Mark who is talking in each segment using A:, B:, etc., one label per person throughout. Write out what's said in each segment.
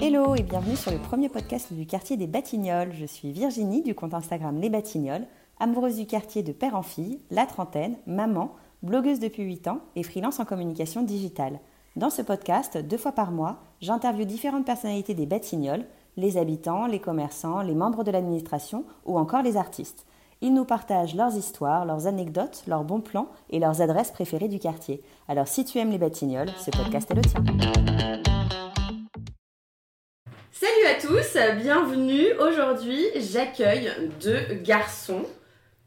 A: Hello et bienvenue sur le premier podcast du quartier des Batignolles. Je suis Virginie du compte Instagram Les Batignolles, amoureuse du quartier de père en fille, la trentaine, maman, blogueuse depuis 8 ans et freelance en communication digitale. Dans ce podcast, deux fois par mois, j'interviewe différentes personnalités des Batignolles, les habitants, les commerçants, les membres de l'administration ou encore les artistes. Ils nous partagent leurs histoires, leurs anecdotes, leurs bons plans et leurs adresses préférées du quartier. Alors si tu aimes les Batignolles, ce podcast est le tien.
B: Salut à tous, bienvenue. Aujourd'hui, j'accueille deux garçons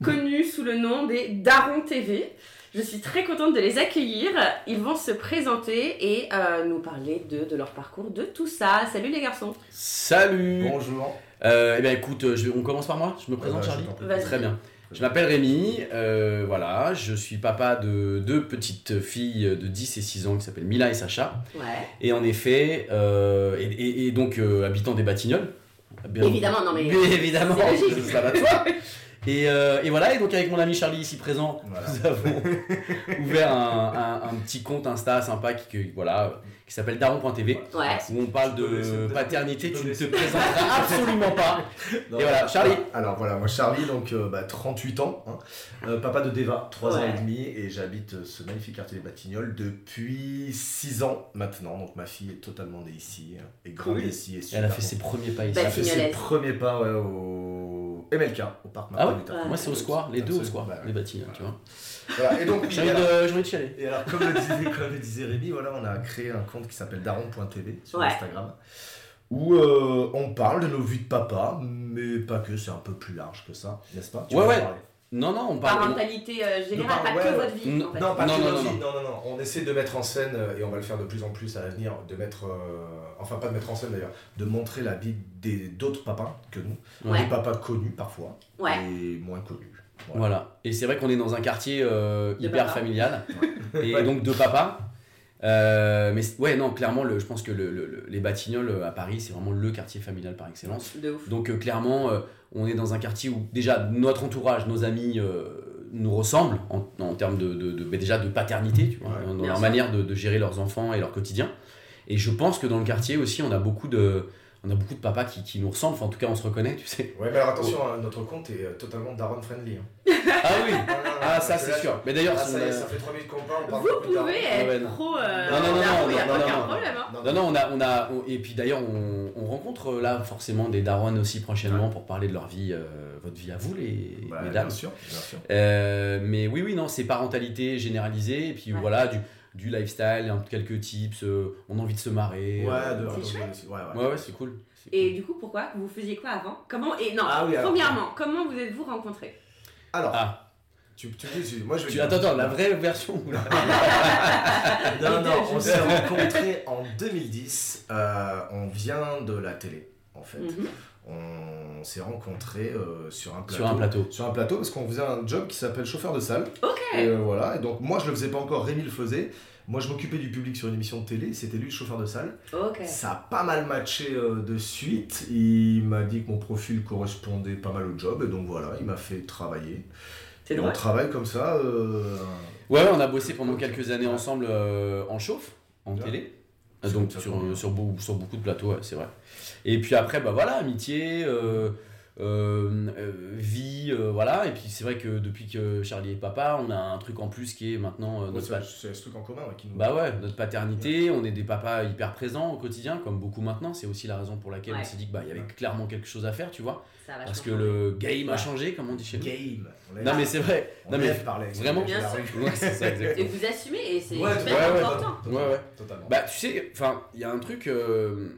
B: connus sous le nom des Daron TV. Je suis très contente de les accueillir. Ils vont se présenter et euh, nous parler de, de leur parcours, de tout ça. Salut les garçons.
C: Salut
D: Bonjour.
C: Euh, Eh bien écoute, je vais- on commence par moi Je me présente
D: bah,
C: Charlie
D: je t'en prie.
B: Vas-y.
C: Très bien. Je m'appelle Rémi, euh, voilà, je suis papa de deux petites filles de 10 et 6 ans qui s'appellent Mila et Sacha.
B: Ouais.
C: Et en effet, euh, et, et- et donc euh, habitant des Batignolles. Bien-
B: Évidemment, non mais.
C: évidemment,
B: c'est logique.
C: ça va de soi. Et, euh, et voilà, et donc avec mon ami Charlie ici présent,
D: Voilà.
C: nous avons ouvert un, un- un petit compte Insta sympa qui, qui- voilà, qui s'appelle daron.tv.
B: Ouais.
C: où on parle
D: Je te laisse,
C: de
D: peut-être.
C: paternité,
D: Je te
C: tu ne te
D: laisse.
C: présenteras absolument pas.
D: Non,
C: Et voilà, Charlie.
D: Alors voilà, moi Charlie, donc euh, bah, 38 ans, hein. Euh, papa de Deva, 3 ans
B: Ouais.
D: et demi, et j'habite euh, ce magnifique quartier des Batignolles depuis 6 ans maintenant. Donc ma fille est totalement née ici, hein, et grandie
B: Cool.
D: ici. Et
C: Elle a
D: super
C: fait ses premiers pas
B: Bah,
C: ici.
D: Elle a fait ses
B: Batignolles.
D: premiers pas ouais, au MLK, au parc
C: Ah
D: Martin
C: ouais
D: Luther
B: Ouais.
D: King.
C: Moi, c'est au square, les deux au
D: Absolument,
C: square,
D: bah ouais.
C: les Batignolles, tu vois.
D: Voilà, Et donc,
C: J'ai envie de j'ai envie de chialer.
D: Et alors, comme le disait, comme le disait Rémi, voilà, on a créé un compte qui s'appelle daron.tv sur
B: Ouais.
D: Instagram, où euh, on parle de nos vies de papa, mais pas que, c'est un peu plus large que ça, n'est-ce pas
C: Ouais,
D: vas
C: ouais.
D: parler.
C: Non, non, on parle.
B: Parentalité euh, générale,
D: Non,
B: pas
D: ouais,
B: que
D: ouais.
B: votre vie.
C: Non,
B: en fait.
D: Non, pas
C: Non,
D: que
C: non,
D: nos
C: non,
D: vies, non, non, non, on essaie de mettre en scène, euh, et on va le faire de plus en plus à l'avenir, de mettre, euh, enfin pas de mettre en scène d'ailleurs, de montrer la vie des- d'autres papas que nous,
B: Ouais.
D: des papas connus parfois,
B: Ouais.
D: et moins connus.
C: Voilà. Et c'est vrai qu'on est dans un quartier euh,
B: De
C: hyper
B: papa.
C: familial. Et
D: Ouais.
C: donc de papa. Euh, mais c'est- ouais, non, clairement, le, je pense que le- le- le- les Batignolles euh, à Paris, c'est vraiment le quartier familial par excellence.
B: De ouf.
C: Donc euh, clairement, euh, on est dans un quartier où déjà notre entourage, nos amis euh, nous ressemblent en, en termes de, de- de- mais déjà de paternité, tu vois,
D: Ouais,
C: dans- dans
B: bien
C: leur
B: sûr.
C: manière de, de gérer leurs enfants et leur quotidien. Et je pense que dans le quartier aussi, on a beaucoup de, on a beaucoup de papas qui, qui nous ressemblent. Enfin, en tout cas, on se reconnaît, tu sais.
D: Ouais, mais alors attention, hein, notre compte est euh, totalement daron friendly. hein.
C: Ah oui.
D: Non, non, non,
C: Ah ça
D: parce que
C: c'est
D: là,
C: sûr. Mais d'ailleurs,
D: Ah,
C: si
D: ça,
C: on
D: y est,
C: a-
D: ça fait 3 minutes qu'on parle, on parle
B: Vous
D: plus tard.
B: pouvez
C: Ah ouais,
B: être
C: non.
B: pro. euh,
C: Non, non, non,
B: Daron,
C: non,
B: y a
C: non,
B: aucun
C: non, non.
B: problème. hein.
D: Non,
C: Non, non, on a, on a, on- et puis d'ailleurs, on, on rencontre euh, là forcément des darons aussi prochainement pour parler de leur vie, euh, votre vie à vous, les
D: Bah,
C: mesdames.
D: Bien sûr, bien sûr.
C: Euh, mais oui, oui, non, c'est parentalité généralisée, et puis
B: Ouais.
C: voilà, du, du lifestyle, un- quelques tips, euh, on a envie de se marrer. euh,
D: de-
B: C'est
D: de- de- ouais,
C: ouais, ouais, c'est cool. c'est
B: Et
C: cool.
B: du coup, pourquoi Vous faisiez quoi avant Comment Et non,
D: Ah oui, alors.
B: premièrement, comment vous êtes-vous rencontrés
D: Alors,
C: Ah,
D: tu, tu me dis, moi je vais
C: tu,
D: dire-
C: attends, attends, la vraie version ou la-
D: Non, non,
B: je-
D: on s'est rencontrés en 2010. euh, on vient de la télé, en Euh, fait.
B: Mhm.
D: On s'est rencontrés euh, sur un plateau.
C: sur un plateau.
D: Sur un plateau, parce qu'on faisait un job qui s'appelle chauffeur de salle.
B: Ok.
D: Et euh, voilà, et donc moi je le faisais pas encore, Rémi le faisait. Moi je m'occupais du public sur une émission de télé, c'était lui le chauffeur de salle.
B: Ok.
D: Ça a pas mal matché euh, de suite. Il m'a dit que mon profil correspondait pas mal au job, et donc voilà, il m'a fait travailler.
B: C'est
D: Et
B: drôle.
D: on travaille comme ça. euh,
C: Ouais, ouais, on a bossé pendant quelques années ensemble euh, en chauffe, en
D: Ouais.
C: télé.
D: C'est
C: Donc
D: comme ça
C: sur,
D: qu'on est.
C: sur, beau- sur beaucoup de plateaux, ouais, c'est vrai. Et puis après, bah voilà, amitié, euh, euh, euh, vie, euh, voilà. Et puis c'est vrai que depuis que Charlie est papa, on a un truc en plus qui est maintenant euh,
D: ouais,
C: notre
D: c'est- c'est ce truc en commun ouais, qui nous.
C: Bah ouais, notre paternité, on est des papas hyper présents au quotidien, comme beaucoup maintenant. C'est aussi la raison pour laquelle
B: Ouais.
C: on s'est dit que bah il y avait
D: Ouais.
C: clairement quelque chose à faire, tu vois,
B: Ça va
C: parce que
B: changer.
C: le game a
D: Ouais.
C: changé, comme on dit chez nous.
D: game. On lève-
C: Non mais c'est vrai.
D: on
C: non, mais
D: lève par les-
C: vraiment.
D: sur la
B: Bien
D: rue.
C: Ouais, c'est ça,
B: Et
C: exactement.
B: vous assumez, et c'est
D: Ouais,
B: hyper
C: ouais, ouais,
B: important.
D: totalement,
C: Ouais, ouais.
D: Totalement.
C: Bah tu sais, enfin il y a un truc. euh,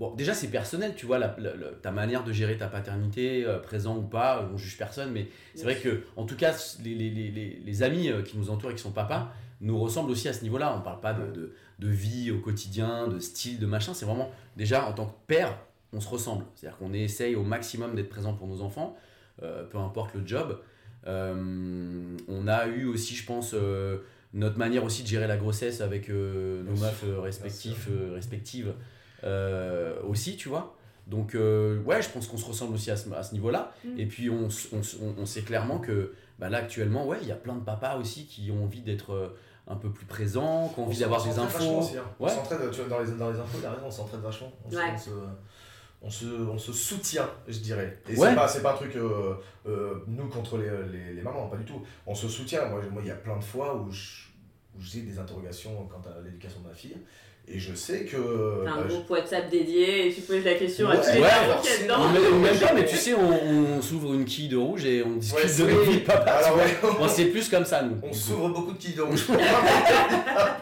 C: Bon, déjà c'est personnel, tu vois, la- la- la- ta manière de gérer ta paternité, euh, présent ou pas, on juge personne, mais c'est vrai que, en tout cas, les, les- les- les- les amis euh, qui nous entourent et qui sont papas nous ressemblent aussi à ce niveau-là. On parle pas de, de- de vie au quotidien, de style, de machin. C'est vraiment, déjà, en tant que père, on se ressemble. C'est-à-dire qu'on essaye au maximum d'être présent pour nos enfants, euh, peu importe le job. Euh, on a eu aussi, je pense, euh, notre manière aussi de gérer la grossesse avec euh, nos
D: Bien sûr,
C: meufs euh, respectifs, euh, respectives euh, aussi, tu vois. Donc, euh, ouais, je pense qu'on se ressemble aussi à ce, à ce niveau-là.
B: Mm.
C: Et puis, on, s- on s- on- on sait clairement que bah, là, actuellement, ouais, il y a plein de papas aussi qui ont envie d'être euh, un peu plus présent, qu'on envie d'avoir des
D: s'entraide vachement
C: infos.
D: aussi, hein. On
C: Ouais.
D: s'entraide, tu vois, dans les, dans les infos, t'as raison, on s'entraide vachement. On, se-
B: Ouais.
D: on se, on, se, on se soutient, je dirais. Et
C: Ouais.
D: c'est pas, c'est pas un truc, euh, euh, nous contre les, les, les mamans, pas du tout. On se soutient. Moi, je- moi, il y a plein de fois où je- où j'ai des interrogations quant à l'éducation de ma fille. Et je sais que.
B: T'as un
D: bah, je-
B: groupe WhatsApp dédié et tu poses la question à
D: Ouais,
B: tous les
C: ouais,
B: parents qu'il y a
D: forcément.
B: dedans.
C: On met- ou même pas, mais tu sais, on, on s'ouvre une quille de rouge et on discute
D: Ouais,
C: de
D: oui.
C: notre vie de papa.
D: Ah, Alors, ouais,
C: Bon, c'est plus comme ça, nous.
D: on s'ouvre beaucoup de quilles de rouge.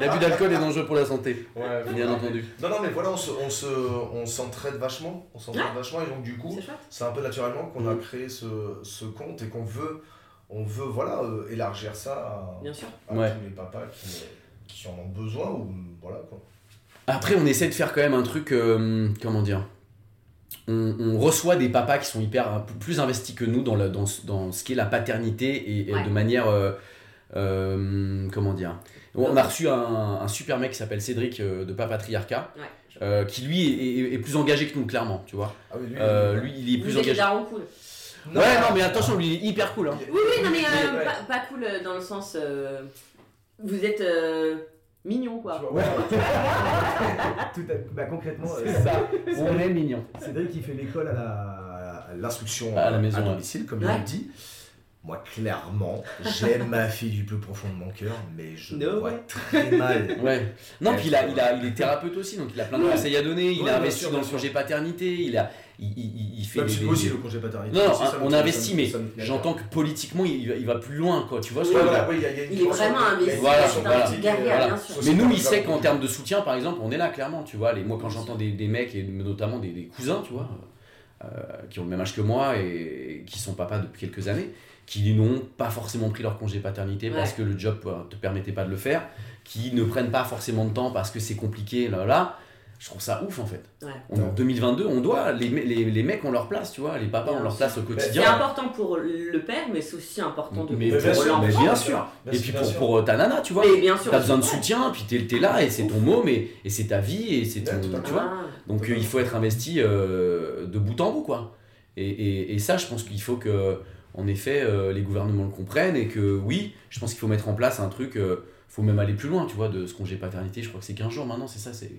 C: L'abus d'alcool est dangereux pour la santé,
D: Ouais,
C: bien entendu.
D: Non, non, mais voilà, on se- on se- on s'entraide vachement. On s'entraide
B: Ah.
D: vachement, et donc, du coup.
B: C'est chouette.
D: C'est un peu naturellement qu'on a
C: Mhm.
D: créé ce, ce compte et qu'on veut, on veut voilà, euh, élargir ça
B: Bien sûr.
D: à, à
C: Ouais.
D: tous les papas qui, qui en ont besoin. Ou, voilà, quoi.
C: Après, on essaie de faire quand même un truc, euh, comment dire on, on reçoit des papas qui sont hyper un peu plus investis que nous dans, la- dans, ce- dans ce qu'est la paternité et, et
B: Ouais.
C: de manière, euh, euh, comment dire On a reçu un, un super mec qui s'appelle Cédric euh, de Papatriarcat,
B: Ouais.
C: euh, qui lui est, est- est plus engagé que nous, clairement, tu vois.
D: Ah oui, lui,
C: Euh, lui, il est
B: Vous
C: plus
B: êtes des
C: engagé.
B: darons cool.
C: Ouais, non, mais attention, lui, il est hyper cool. Hein.
B: Oui, oui, non, mais euh,
D: Ouais.
B: pas, pas cool euh, dans le sens. euh, vous êtes euh, mignon,
E: Tu
B: quoi.
E: vois,
C: Ouais.
E: Tout à- bah, concrètement, euh,
C: ça, on est mignon.
E: Cédric qui fait l'école à la.
D: À l'instruction
C: À
D: à,
C: la maison, ouais.
D: domicile, comme il
B: Ouais.
D: le dit. Moi, clairement, j'aime ma fille du plus profond de mon cœur, mais je me
B: No
D: vois
B: way.
D: très mal.
C: Ouais. Non,
D: Ouais,
C: puis il, a,
D: c'est
C: il, a, il est thérapeute aussi, donc il a plein de
D: Ouais.
C: conseils à donner. Il
D: Ouais,
C: a
D: bien
C: investi
D: sûr,
C: dans
D: bien
C: le
D: sûr.
C: projet paternité. Il a, il, il, il fait.
D: Même
C: des-
D: si
C: des-
D: moi aussi, le congé paternité.
C: Non, non,
D: aussi, ça me-
C: on
D: ça me-
C: investit, mais
D: ça me- ça me-
C: J'entends que politiquement, il, va- il va plus loin, quoi. Tu vois ce
D: Ouais,
C: que je veux
D: voilà,
C: dire
D: oui, il y a- il y a une
B: Il est vraiment
D: dimension- il
B: investi
D: y a une
C: Voilà,
D: dimension
B: dans
C: voilà.
B: une
D: politique, euh,
B: guerrière,
C: voilà.
B: bien sûr.
C: Mais
D: c'est
C: nous,
D: pas
C: il
D: grave.
C: sait qu'en termes de soutien, par exemple, on est là, clairement, tu vois. Les, moi, quand j'entends des, des mecs, et notamment des, des cousins, tu vois, euh, qui ont le même âge que moi et, qui sont papas depuis quelques années, qui n'ont pas forcément pris leur congé paternité parce
B: Ouais.
C: que le job ne te permettait pas de le faire, qui ne prennent pas forcément de temps parce que c'est compliqué, là, là. Je trouve ça ouf en fait.
B: Ouais.
C: On est en 2022, on doit, les, me- les, les mecs ont leur place, tu vois, les papas
B: Bien
C: ont leur
B: sûr.
C: place au
B: C'est
C: quotidien.
B: important pour le père, mais c'est aussi important de
C: Mais
D: Mais bien
C: pour
D: sûr,
C: l'enfant,
D: mais
C: bien
D: bien
C: sûr.
D: sûr.
C: Et puis
D: Bien
C: pour,
D: sûr.
C: pour euh, ta nana, tu vois.
B: Mais bien sûr,
C: T'as besoin de
B: ouais.
C: soutien, puis t'es t'es là, et c'est ton môme, et, et c'est ta vie, et c'est ton.
D: Ouais, tout à
C: Tu vois
B: Ah.
C: Donc euh, il faut être investi euh, de bout en bout, quoi. Et, et, et ça, je pense qu'il faut que, en effet, euh, les gouvernements le comprennent, et que oui, je pense qu'il faut mettre en place un truc. euh, faut même aller plus loin, tu vois, de ce congé paternité. Je crois que c'est 15 jours maintenant, c'est ça, c'est.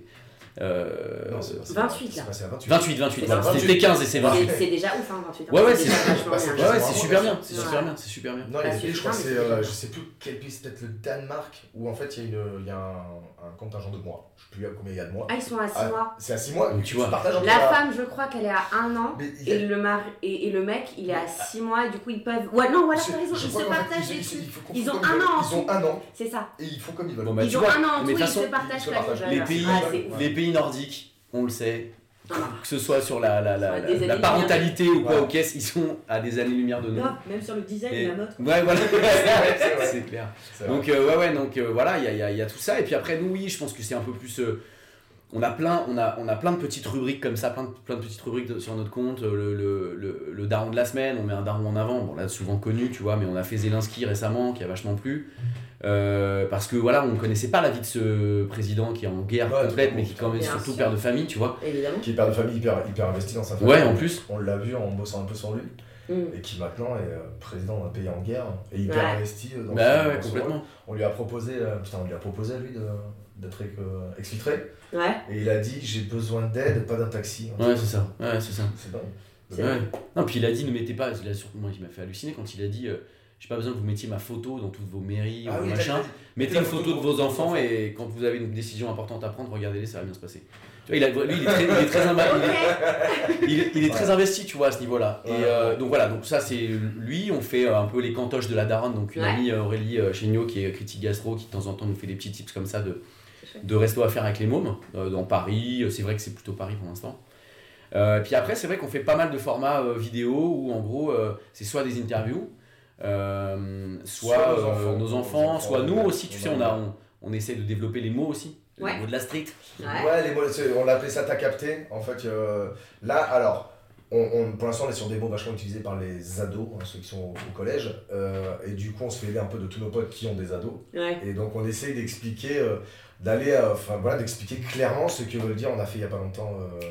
C: euh,
D: Non, c'est pas- c'est
B: 28,
D: pas-
B: là.
D: c'est pas- c'est à 28.
C: 28, 28,
B: C'est
C: voilà.
D: ça,
C: C'était
D: 28.
C: 15 et c'est 28.
B: C'est- C'est déjà ouf, hein, 28 ans.
C: Ouais, ouais,
B: c'est
C: c'est-
B: déjà vachement
D: c'est-
B: bien.
C: Ouais, ouais,
D: vraiment
C: c'est super
D: bien.
C: bien, c'est
B: Ouais.
C: super bien, c'est super bien.
D: Non, il y a
B: Bah,
D: des-
B: c'est
D: je crois que
B: bien, mais
D: c'est,
B: c'est
D: euh,
B: bien.
D: je sais plus quel pays, c'est peut-être le Danemark, où en fait il y a, une, il y a un, un contingent de mois. Je sais plus à combien il y a de mois.
B: Ah, ils sont à 6
D: Ah,
B: mois.
D: C'est à 6 mois,
C: Donc, tu
D: tu,
C: vois.
D: partages entre
B: La femme, je crois qu'elle est à 1 an.
D: Mais il y a-
B: Et le, mari, et, et le mec, il est à 6 mois, et du coup, ils peuvent. Ouais, non, voilà,
D: je-
B: t'as raison,
D: je
B: ils
D: crois
B: se
D: qu'en fait,
B: partagent
D: ils-
B: des
D: ils-
B: trucs.
D: ils font-
B: Ils ont
D: comme
B: un
D: veulent.
B: an
D: Ils ont un an
B: C'est ça.
D: et ils font comme ils veulent.
C: Bon, bah,
B: ils
C: tu
B: ont
C: vois,
B: un an en tout,
C: mais de
B: ils
C: toute façon,
B: se partagent
D: ils se
B: la
D: partagent.
C: les
B: valeur.
C: pays,
B: Ah, c'est ouf.
C: les pays nordiques, on le sait, que ce soit sur la, la, la,
B: Sur les
C: la- la
B: années-lumière.
C: parentalité ou quoi
D: Ouais.
C: aux caisses, ils sont à des années-lumière de nous.
B: Grave, Même sur le design
C: Et-
B: et la mode.
C: Ouais, voilà,
D: c'est vrai.
C: c'est clair.
D: C'est vrai.
C: Donc, euh, ouais, ouais, donc euh, voilà, il y a, il y a- il y a tout ça. Et puis après, nous, oui, je pense que c'est un peu plus. euh, on a, plein, on, a, on a plein de petites rubriques comme ça, plein de, plein de petites rubriques de- sur notre compte. euh, Le, le, le, le daron de la semaine, on met un daron en avant. Bon, là, souvent connu, tu vois, mais on a fait Zelensky récemment, qui a vachement plu. Euh, parce que voilà, on ne connaissait pas la vie de ce président qui est en guerre
D: Ouais,
C: complète, mais
D: bon,
C: qui, quand même,
B: bien
C: surtout
B: sûr.
C: père de famille, tu vois.
B: Évidemment.
D: qui est père de famille hyper, hyper investi dans sa famille.
C: Ouais, en plus.
D: On l'a vu en bossant un peu sur lui,
B: Mm.
D: et qui maintenant est euh, président d'un pays en guerre et hyper
B: Ouais.
D: investi euh, dans
C: Bah
D: son-
C: ouais,
D: dans son rôle.
C: complètement.
D: On lui a proposé, euh, putain, on lui a proposé à lui de- d'être euh, exfiltré,
B: Ouais.
D: et il a dit j'ai besoin d'aide, pas d'un taxi. hein.
C: Ouais, c'est ça. Ouais, c'est ça.
D: C'est dingue.
B: C'est
C: Ouais.
B: vrai.
C: Non, puis il a dit ne mettez pas, il a sur- moi il m'a fait halluciner quand il a dit euh, j'ai pas besoin que vous mettiez ma photo dans toutes vos mairies
D: Ah
C: ou
D: oui,
C: machin.
D: t'as-
C: Mettez une photo de vos enfants et quand vous avez une décision importante à prendre, regardez-les, ça va bien se passer. Tu vois, il a- lui, il est très, il est très imba- il est-
B: Ok.
C: il est, il est très investi, tu vois, à ce niveau-là.
D: Ouais.
C: Et euh, donc voilà, donc ça c'est lui. On fait euh, un peu les cantoches de la daronne. Donc une
B: Ouais.
C: amie euh, Aurélie euh, Chéniaud qui est critique gastro, qui de temps en temps nous fait des petits tips comme ça de,
B: Chouette.
C: de resto à faire avec les mômes euh, dans Paris. Euh, C'est vrai que c'est plutôt Paris pour l'instant. Euh, puis après, c'est vrai qu'on fait pas mal de formats euh, vidéo où en gros euh, c'est soit des interviews, euh, soit,
D: Soit nos
C: euh,
D: enfants.
C: nos,
D: Nos
C: enfants,
D: enfants,
C: soit nous
D: ouais.
C: aussi. Tu
D: On
C: sais,
D: a-
C: on, a, on, on essaie de développer les mots aussi,
B: Ouais.
C: les mots de la street.
B: Ouais.
D: Ouais, les mots, c'est- on l'appelait ça t'as capté. En fait, euh, là, alors, on, on- pour l'instant, on est sur des mots vachement utilisés par les ados, hein, ceux qui sont au, au collège. euh, et du coup, on se fait aider un peu de tous nos potes qui ont des ados.
B: Ouais.
D: Et donc, on essaye d'expliquer, euh, d'aller, euh, enfin voilà, d'expliquer clairement ce que veut dire. On a fait il y a pas longtemps. euh,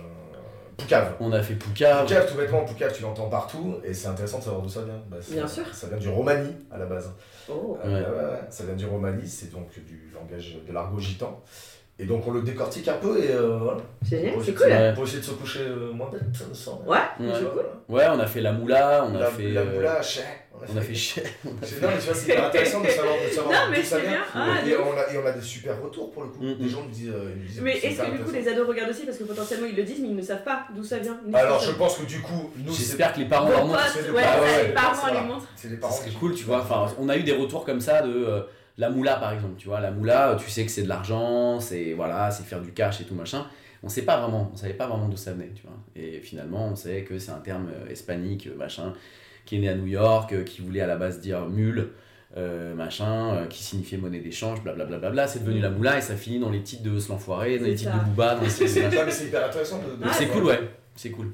D: Poucave.
C: On a fait Poucave.
D: Poucave, tout bêtement, Poucave, tu l'entends partout, et c'est intéressant de savoir d'où ça vient. Bah, c'est-
B: Bien sûr.
D: Ça vient du Romani, à la base.
B: Oh.
C: Ah
D: Euh, ouais, ouais, ça vient du Romani, c'est donc du langage de l'argot gitan. Et donc on le décortique un peu et euh, voilà.
B: Génial,
D: Pour
B: c'est
D: essayer-
B: cool.
C: Ouais.
D: Pour essayer de se coucher euh, moins bête, ça me semble.
B: Ouais,
D: Tu
C: Eh, Ouais.
D: vois, voilà.
C: Ouais, on a fait la moula, on a
D: la,
C: fait.
D: la hein.
C: euh,
D: moula, chais.
C: On a fait chier.
D: C'est dingue, tu vois, c'est hyper intéressant de savoir, de savoir
B: Non,
D: d'où
B: mais
D: ça
B: c'est
D: vient.
B: bien. Ah,
D: et,
B: de ouf.
D: on a, et on a des super retours pour le coup.
C: Mm,
D: Les
C: mm.
D: gens nous disent. euh, ils nous disent
B: Mais
D: c'est
B: est-ce
D: hyper
B: que du coup
D: intéressant.
B: les ados regardent aussi parce que potentiellement ils le disent mais ils ne savent pas d'où ça vient
C: Bah,
B: ni
D: Alors
B: ce
D: je
B: que
D: pense que du coup, nous, c'est
C: J'espère que les parents
B: Vos
C: leur
B: potes,
C: montrent.
D: c'est le-
B: ouais,
D: Ah
B: ça,
D: ouais,
B: les parents
D: ça
B: les
D: va.
B: montrent.
D: c'est les
C: Ce
D: parents.
C: serait
D: qui-
C: cool, tu vois. Enfin, on a eu des retours comme ça de euh, la moula, par exemple. Tu vois, la moula, euh, tu sais que c'est de l'argent, c'est voilà, c'est faire du cash et tout machin. On sait pas vraiment, on savait pas vraiment d'où ça venait, tu vois. Et finalement, on savait que c'est un terme euh, hispanique, euh, machin, qui est né à New York, euh, qui voulait à la base dire mule, euh, machin, euh, qui signifiait monnaie d'échange, blablabla. Bla, bla, c'est devenu la moula et ça finit dans les titres de Se l'enfoiré, dans les
B: C'est
C: titres
B: ça.
C: de Booba, dans les titres de machin.
D: Non, mais c'est hyper intéressant de. de-
B: Ah,
C: Donc c'est cool, ouais, c'est cool.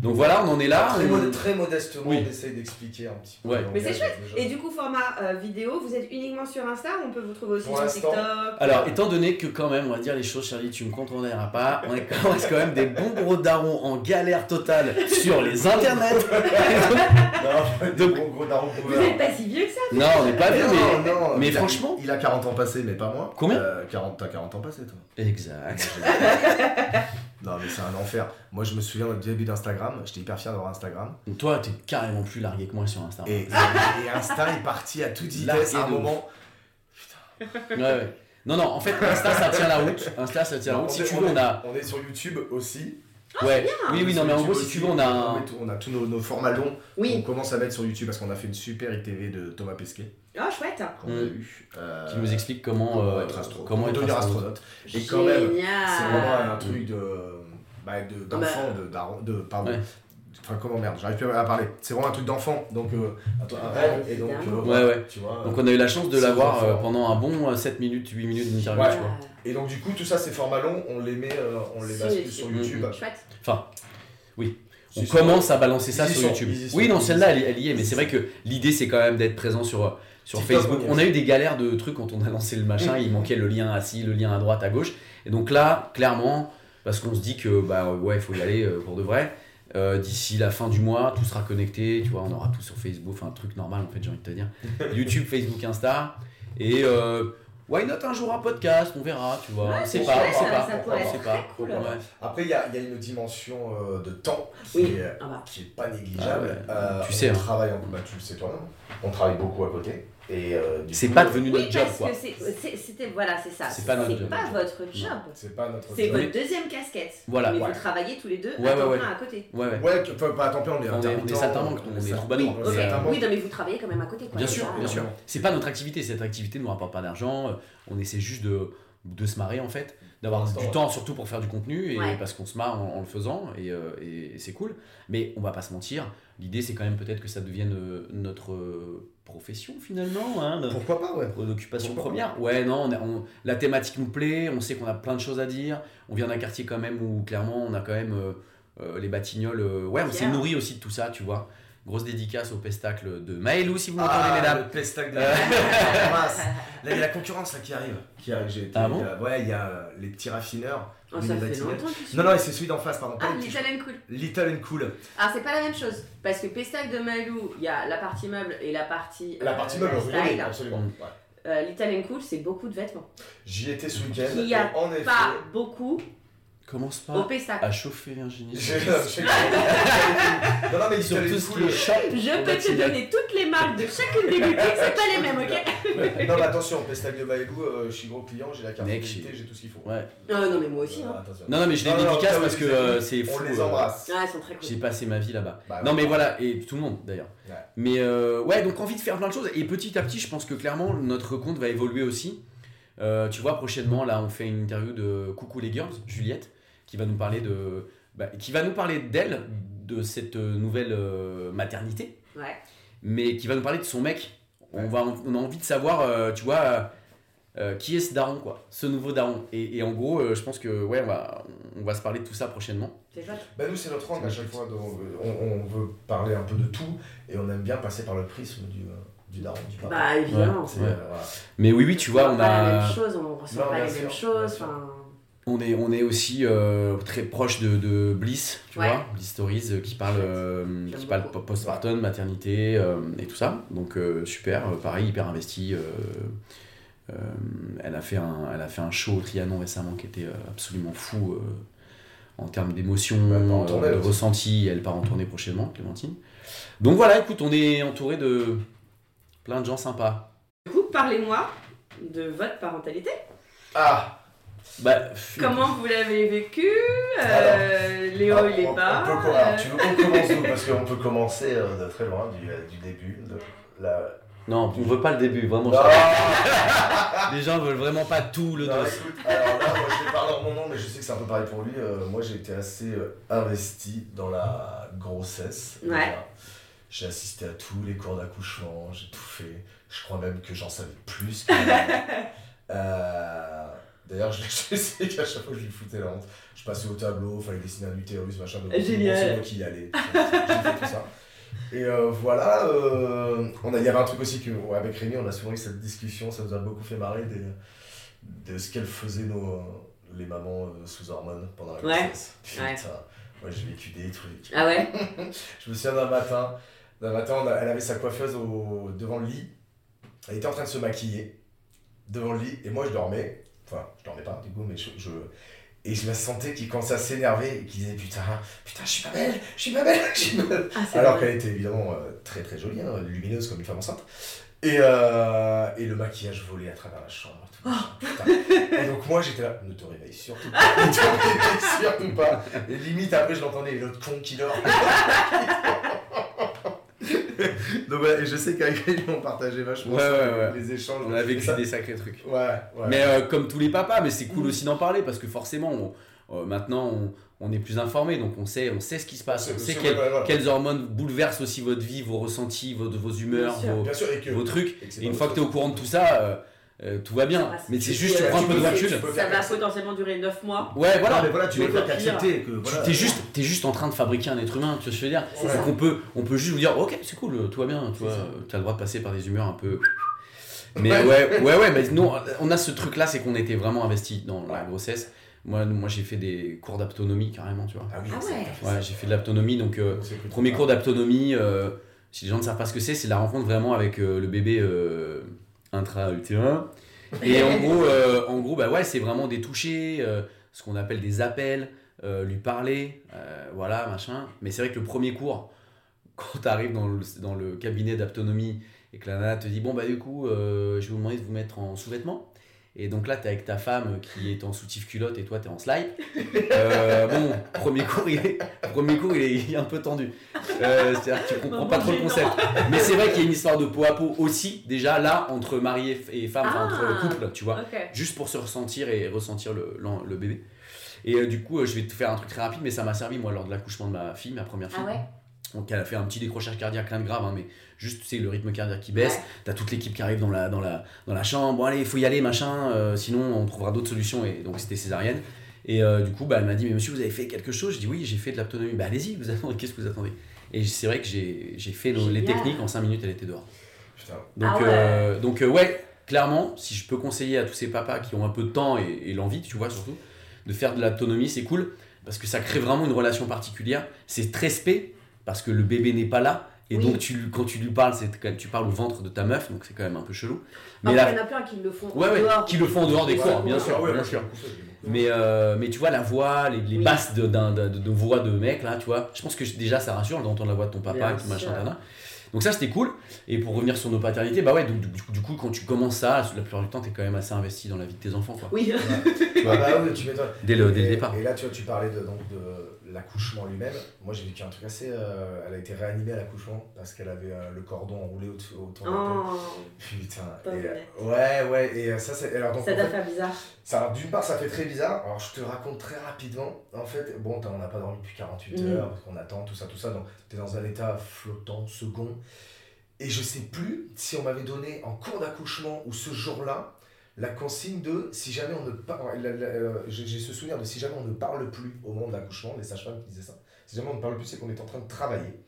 C: Donc voilà, on en est là.
D: Très,
C: on-
D: mod- très modestement,
C: Oui.
D: on essaye d'expliquer un petit peu.
C: Ouais.
D: le
B: Mais c'est
D: langage des jeunes.
B: Et du coup format euh, vidéo, vous êtes uniquement sur Insta ou on peut vous trouver aussi
D: Pour
B: sur
D: l'instant.
B: TikTok
C: Alors, étant donné que quand même, on va dire les choses, Charlie, tu me contrôleras pas, on est quand reste quand même des bons gros darons en galère totale sur les internets.
D: Non,
C: Donc-
D: donc, gros, gros daron
B: Vous
D: bouleur.
B: n'êtes pas si vieux que ça
C: non, on n'est pas bien, mais...
D: non,
C: mais
D: il a-
C: franchement-
D: Il a 40 ans passé, mais pas moi.
C: Combien
D: Euh, 40 T'as 40 ans passé, toi.
C: Exact.
D: Non, mais c'est un enfer. Moi, je me souviens au début d'Instagram, j'étais hyper fier d'avoir Instagram.
C: Donc, toi, t'es carrément plus largué que moi sur Insta.
D: Et, et Insta est parti à toute vitesse
C: Largué
D: à un
C: de ouf.
D: moment.
C: Ouais, ouais. Non, non, en fait, Insta, ça tient la route. Insta, ça tient la
D: On
C: route. Si
D: est-
C: tu veux, on a...
D: On est sur YouTube aussi.
C: Ouais. Oui, oui, non, mais en gros, si
D: aussi.
C: tu veux, on a
D: On
C: un...
D: met tout- On a tous nos, nos formats longs. On
B: Oui.
D: commence à mettre sur YouTube parce qu'on a fait une super ITV de Thomas Pesquet.
B: Ah chouette.
D: qu'on
C: Mm.
D: a eu. euh,
C: Qui nous explique comment...
D: comment
C: euh,
D: être astro-
C: Comment être
D: devenir
C: astronaute.
D: astronaute. Et quand même, C'est vraiment
B: Génial.
D: un truc de. Bah,
B: Ah
D: de- d'enfant, de, daron- de. Pardon.
C: Ouais.
D: Enfin, comment merde, j'arrive plus à parler. C'est vraiment un truc d'enfant, donc euh, un truc- un rêve, et donc. euh,
C: Ouais, ouais.
D: Tu vois,
C: Donc on a eu la chance de
D: C'est
C: l'avoir
D: très
C: euh,
D: fort.
C: pendant un bon euh, 7 minutes, 8 minutes d'interview,
D: Ouais.
C: tu vois.
D: Et donc, du coup, tout ça, ces formats longs, on les met, euh, on les
B: Sur
D: bascule
B: YouTube.
D: sur YouTube.
B: Chouette.
C: On
D: Si, si.
C: Mm-hmm. commence à balancer ça
D: Ils y
C: sur
D: sont,
C: YouTube.
D: ils y sont,
C: Oui, non,
D: ils y
C: celle-là,
D: sont.
C: elle, est- elle y est, mais c'est vrai que l'idée, c'est quand même d'être présent sur, sur
D: TikTok, Mm.
C: Facebook.
D: oui.
C: On a eu des galères de trucs quand on a lancé le machin, il manquait le lien assis, le lien à droite, à gauche. Et donc là, clairement, parce qu'on se dit que, bah ouais, il faut y aller euh, pour de vrai. euh, D'ici la fin du mois, tout sera connecté, tu vois, on aura tout sur Facebook, enfin un truc normal en fait, j'ai envie de te dire. YouTube, Facebook, Insta, et euh, why not un jour un podcast, on verra, tu vois, on sait
B: c'est
C: pas, on
B: chouette,
C: sait
B: ça,
C: pas,
B: ça pourrait
C: on
B: être
C: sait pas.
B: très cool.
C: Ouais.
D: Après, il y a, il y a une dimension euh, de temps qui,
B: Oui.
D: est,
B: Ah bah.
D: qui est pas négligeable.
C: Ah ouais.
D: Euh,
C: Tu sais,
D: On
C: hein.
D: travaille, en- bah, tu le sais toi-même. On travaille beaucoup à côté. Et euh, du
C: C'est
D: coup,
C: pas
D: euh,
C: devenu
B: Oui
C: notre job,
B: parce
C: quoi.
B: que c'est- c'est- c'était voilà c'est ça.
C: C'est pas notre job.
B: pas votre job.
D: C'est pas notre
B: C'est
D: job.
B: votre deuxième casquette.
C: Voilà.
B: Mais
D: Ouais.
B: vous travaillez tous les deux
C: Ouais,
B: à
C: ouais,
B: temps
C: ouais.
B: plein à côté.
C: Ouais, ouais.
D: Ouais, que- enfin, pas à temps plein,
C: On
D: on est
C: est- on est
D: intermittent,
C: saltimbanques, on est
D: ça.
C: troubadours.
B: Oui,
D: on
B: ok.
D: est saltimbanques.
B: Oui, non, mais vous travaillez quand même à côté. Quoi.
C: Ah Bien
B: C'est
C: sûr,
B: pas- hein.
C: bien sûr. C'est pas notre activité, cette activité ne nous rapporte pas d'argent, euh, on essaie juste de, de se marrer en fait, d'avoir
D: Pour
C: du
D: l'instant,
C: temps surtout pour faire du contenu, et
B: Ouais.
C: parce qu'on se marre en, en le faisant, et, euh, et- et c'est cool. Mais on va pas se mentir, l'idée c'est quand même peut-être que ça devienne euh, notre euh, profession finalement, hein, notre
D: Pourquoi pas, ouais.
C: occupation
D: Pourquoi
C: première. Ouais, non, on a- on- la thématique nous plaît, on sait qu'on a plein de choses à dire, on vient d'un quartier quand même où clairement on a quand même euh, euh, les Batignolles, euh, ouais, on s'est
B: Fier.
C: nourri aussi de tout ça, tu vois. Grosse dédicace au pestacle de Maëlou si vous m'entendez,
D: Ah,
C: mesdames.
D: le pestacle de
C: Euh.
D: Mince. Là, il y a la concurrence là, qui arrive. Qui arrive j'ai été-
C: Ah bon
D: il y a- Ouais, il y a euh, les petits raffineurs.
B: Oh,
D: les
B: ça fait
D: Latinx.
B: longtemps que je suis-
D: Non, non, et c'est celui d'en face, pardon. pas
B: Ah,
D: les petits-
B: Little and Cool.
D: Little and Cool.
B: Alors, Ah, c'est pas la même chose. Parce que Pestac de Malou, il y a la partie meuble et la partie. euh,
D: La partie meuble,
B: lifestyle.
D: rigolez, absolument.
C: Mm.
D: Ouais.
B: Euh, Little and Cool, c'est beaucoup de vêtements.
D: J'y étais ce week-end.
B: Il y a
D: et en effet.
B: Pas beaucoup
C: Commence
B: au
C: pas
D: Ah,
B: Pestac.
C: à chauffer Virginie.
D: j'ai- j'ai- non, non, mais
C: Ils sont
D: Little
C: tous
D: and Cool.
C: les shops.
B: Je peux te donner toutes les marques de chacune des boutiques, c'est pas les mêmes, ok
D: euh, Non, mais attention, pestacle de Baïlou, je suis gros client, j'ai la carte
C: Mec,
D: d'identité,
C: j'ai-
D: j'ai tout ce qu'il faut.
C: Ouais.
B: Non, non, mais moi aussi.
D: Voilà,
B: Hein.
D: attention.
C: Non, non, mais je les
D: Non, non,
C: dédicace
D: non,
C: parce que
D: les amis,
C: euh, c'est fou.
D: On les
C: euh,
D: embrasse.
B: Ah, elles sont très cool.
C: J'ai passé ma vie là-bas.
D: Bah,
C: Ah, non,
D: ouais.
C: mais voilà, et tout le monde d'ailleurs.
D: Ouais.
C: Mais euh, ouais, donc envie de faire plein de choses. Et petit à petit, je pense que clairement, notre compte va évoluer aussi. Euh, tu vois, prochainement, là, on fait une interview de Coucou les Girls, Juliette, qui va nous parler de. bah, qui va nous parler d'elle, de cette euh, nouvelle euh, maternité,
B: Ouais.
C: mais qui va nous parler de son mec. On,
D: Ouais.
C: va, on a envie de savoir, euh, tu vois, euh, euh, qui est ce daron, quoi, ce nouveau daron. Et, et en gros, euh, je pense que, ouais, on va, on va se parler de tout ça prochainement.
B: C'est chouette.
D: Bah nous c'est notre angle à
C: C'est
D: chaque fois, donc, euh, on, on veut parler un peu de tout et on aime bien passer par le prisme du, euh, du daron, du papa.
B: Bah, évidemment.
D: C'est,
C: Ouais.
D: euh, voilà.
C: Mais oui, oui, tu vois,
B: On
C: on
B: voit pas la
C: a.
B: même chose, on ressent
D: Non,
B: pas
D: bien
B: les
D: sûr,
B: mêmes
D: bien
B: choses.
D: sûr.
B: enfin,
C: On est, on est aussi euh, très proche de, de Bliss, tu
B: Ouais.
C: vois, Bliss Stories, euh, qui parle, euh,
B: J'aime
C: qui parle
B: beaucoup.
C: postpartum, maternité euh, et tout ça. Donc euh, super, euh, pareil, hyper investi. euh, euh, elle, a fait un, elle a fait un show au Trianon récemment qui était euh, absolument fou euh, en termes d'émotion,
D: Elle part en tournée
C: euh, de
D: aussi.
C: ressenti. Elle part en tournée prochainement, Clémentine. Donc voilà, écoute, on est entouré de plein de gens sympas.
B: Du coup, parlez-moi de votre parentalité.
D: Ah
C: Bah, f-
B: Comment vous l'avez vécu Euh,
D: Alors,
B: Léo,
D: alors,
B: il
D: on-
B: est pas. euh.
D: on peut com- alors, tu veux qu'on commence d'où Parce qu'on peut commencer euh, de très loin, du, euh, du début. De la... Ah
C: Non, on veut pas le début, vraiment.
D: Non,
C: Les gens veulent vraiment pas tout le
D: non,
C: dos.
D: écoute, alors là, moi, je vais parler en mon nom, mais je sais que c'est un peu pareil pour lui. Euh, moi, j'ai été assez euh, investi dans la grossesse.
B: Ouais.
D: Voilà. J'ai assisté à tous les cours d'accouchement, j'ai tout fait. Je crois même que j'en savais plus. que- Euh, D'ailleurs, je, je sais qu'à chaque fois, je lui foutais la honte. Je passais au tableau, fallait dessiner un utérus, machin. Donc,
B: Génial.
D: C'est moi qui y allais. J'ai fait tout ça. Et euh, voilà, euh, on a, il y avait un truc aussi que, ouais, avec Rémi, on a souvent eu cette discussion, ça nous a beaucoup fait marrer des- de ce qu'elles faisaient nos, les mamans euh, sous hormones pendant la
B: Ouais.
D: grossesse. Putain,
B: Ouais.
D: moi j'ai vécu des trucs.
B: Ah ouais
D: Je me souviens d'un matin, d'un matin, on a- elle avait sa coiffeuse au- devant le lit. Elle était en train de se maquiller devant le lit et moi je dormais. Enfin, je dormais pas du coup, mais je. je- Et je la sentais qui commençait à s'énerver et qui disait putain, putain, je suis pas belle, je suis pas belle, je suis pas belle.
B: Ah, c'est
D: Alors
B: vrai.
D: qu'elle était évidemment euh, très très jolie, hein, lumineuse comme une femme enceinte. Et, euh, et le maquillage volait à travers la chambre. et Tout,
B: Oh.
D: putain. Et donc moi j'étais là, ne te réveille surtout pas, ne te réveille surtout pas. Et limite après je l'entendais, l'autre con qui dort. donc voilà, et je sais qu'avec lui on partageait vachement
C: Ouais, ouais, ouais.
D: les échanges.
C: On a vécu
D: Ça-
C: des sacrés trucs.
D: Ouais, ouais.
C: Mais euh, comme tous les papas, mais c'est cool
B: Mm.
C: aussi d'en parler parce que forcément, on- euh, maintenant, on, on est plus informé, donc on sait, on sait ce qui se passe, on sait
D: ouais,
C: quelles,
D: ouais, ouais.
C: quelles hormones bouleversent aussi votre vie, vos ressentis, vos, vos humeurs,
B: Bien sûr.
C: vos,
D: Bien sûr, et que.
C: vos trucs.
D: que c'est
C: Et une
D: pas
C: fois que tu es
D: notre-
C: au courant de tout ça, euh, euh, tout va bien.
B: Ça va,
C: Mais c'est
B: c'est- euh,
C: juste, tu
D: Ouais,
C: prends un peu de
D: peux-
C: recul.
D: tu peux
B: Ça
D: faire
B: va
D: comme ça.
B: potentiellement durer 9 mois.
C: Ouais, voilà.
E: Non, mais voilà, tu
B: Mais
E: peux pas
B: pire.
E: t'accepter que.
C: Tu
E: Voilà,
C: t'es juste, t'es juste en train de fabriquer un être humain, tu vois ce que je veux dire
B: C'est
D: Ouais.
B: ça.
C: Donc on peut, on peut juste vous dire, ok, c'est cool, tout va bien, tu
D: C'est
C: vois,
D: ça.
C: t'as le droit de passer par des humeurs un peu. Mais ouais, ouais, ouais, mais non, on a ce truc-là, c'est qu'on était vraiment investi dans la
D: Ouais.
C: grossesse. Moi, moi j'ai fait des cours d'autonomie carrément, tu vois.
D: Ah oui,
B: Ah ouais.
C: Ouais, j'ai fait de l'autonomie, donc euh,
D: Le
C: premier cours d'autonomie, euh, si les gens ne savent pas ce que c'est, c'est la rencontre vraiment avec euh, le bébé euh, intra-utérin. Et en gros, euh, en gros bah ouais, c'est vraiment des touchés, euh, ce qu'on appelle des appels, euh, lui parler, euh, voilà, machin. Mais c'est vrai que le premier cours, quand tu arrives dans le, dans le cabinet d'autonomie et que la nana te dit, bon, bah du coup, euh, je vais vous demander de vous mettre en sous-vêtements. Et donc là, t'es avec ta femme qui est en soutif culotte et toi, t'es en slide. Euh, bon, premier cours, il est, premier cours, il est, il est un peu tendu. Euh, C'est-à-dire que tu comprends
B: Maman,
C: pas trop le
B: j'ai
C: concept. Mais c'est vrai qu'il y a une histoire de peau à peau aussi, déjà là, entre mari et- et femme, enfin,
B: Ah.
C: entre couple, tu vois
B: Ok.
C: juste pour se ressentir et ressentir le, l'en- le bébé. Et euh, du coup, euh, je vais te faire un truc très rapide, mais ça m'a servi, moi, lors de l'accouchement de ma fille, ma première fille.
B: Ah ouais
C: Donc, elle a fait un petit décrochage cardiaque, rien de grave, hein, mais juste, tu sais, le rythme cardiaque qui baisse.
B: Ouais.
C: T'as toute l'équipe qui arrive dans la, dans la, dans la chambre. Bon, allez, il faut y aller, machin, euh, sinon, on trouvera d'autres solutions. Et donc, c'était césarienne. Et euh, du coup, bah, elle m'a dit, mais monsieur, vous avez fait quelque chose Je dis, oui, j'ai fait de l'autonomie. Bah, allez-y, vous attendez, qu'est-ce que vous attendez Et c'est vrai que j'ai, j'ai fait nos- les
B: Génial.
C: techniques, en 5 minutes, elle était dehors.
D: Putain.
C: Donc,
B: Ah ouais.
C: euh, donc euh, ouais, clairement, si je peux conseiller à tous ces papas qui ont un peu de temps et, et l'envie, tu vois, surtout, de faire de l'autonomie, c'est cool, parce que ça crée vraiment une relation particulière. C'est très spé, parce que le bébé n'est pas là, et
B: Oui.
C: donc tu, lui- quand tu lui parles, c'est quand même- tu parles au ventre de ta meuf, donc c'est quand même un peu chelou. Mais
B: Après,
C: là,
B: il y en a plein qui le font
C: ouais,
B: en
C: ouais,
B: Ah dehors.
C: qui le font en dehors des
D: Ouais,
C: cours, bien
D: ouais,
C: sûr,
D: ouais,
C: bien
D: moi,
C: sûr.
D: j'ai beaucoup fait.
C: Mais, euh, mais tu vois, la voix, les, les
B: Oui.
C: basses de, d'un- d'un- de, de voix de mec, là, tu vois, je pense que déjà ça rassure d'entendre la voix de ton papa,
B: Bien
C: tout machin,
B: sûr.
C: tana. Donc ça, c'était cool. Et pour revenir sur nos paternités, bah ouais, du, du- du coup, quand tu commences ça, la plupart du temps, t'es quand même assez investi dans la vie de tes enfants, quoi.
B: Oui.
D: Ah bah oui, tu m'étonnes.
C: Dès le, dès le
D: Et-
C: départ.
D: Et là, tu vois, tu parlais de, donc, de l'accouchement lui-même. Moi, j'ai vécu un truc assez. euh, elle a été réanimée à l'accouchement parce qu'elle avait euh, le cordon enroulé autour, autour de la peau.
B: Oh,
D: Putain.
B: Pas
D: Et,
B: vrai.
D: euh, ouais, ouais. Et euh, ça, c'est. Alors, donc,
B: ça
D: en
B: doit
D: fait,
B: faire bizarre.
D: ça- alors, d'une part, ça fait très bizarre. Alors, je te raconte très rapidement. En fait, bon, t'as- on n'a pas dormi depuis 48
B: Mm.
D: heures, parce qu'on attend, tout ça, tout ça. Donc, t'es dans un état flottant, second. Et je sais plus si on m'avait donné en cours d'accouchement ou ce jour-là la consigne de si jamais on ne parle. euh, J'ai j'ai ce souvenir de si jamais on ne parle plus au moment de l'accouchement, les sages-femmes qui disaient ça. Si jamais on ne parle plus, c'est qu'on est en train de travailler.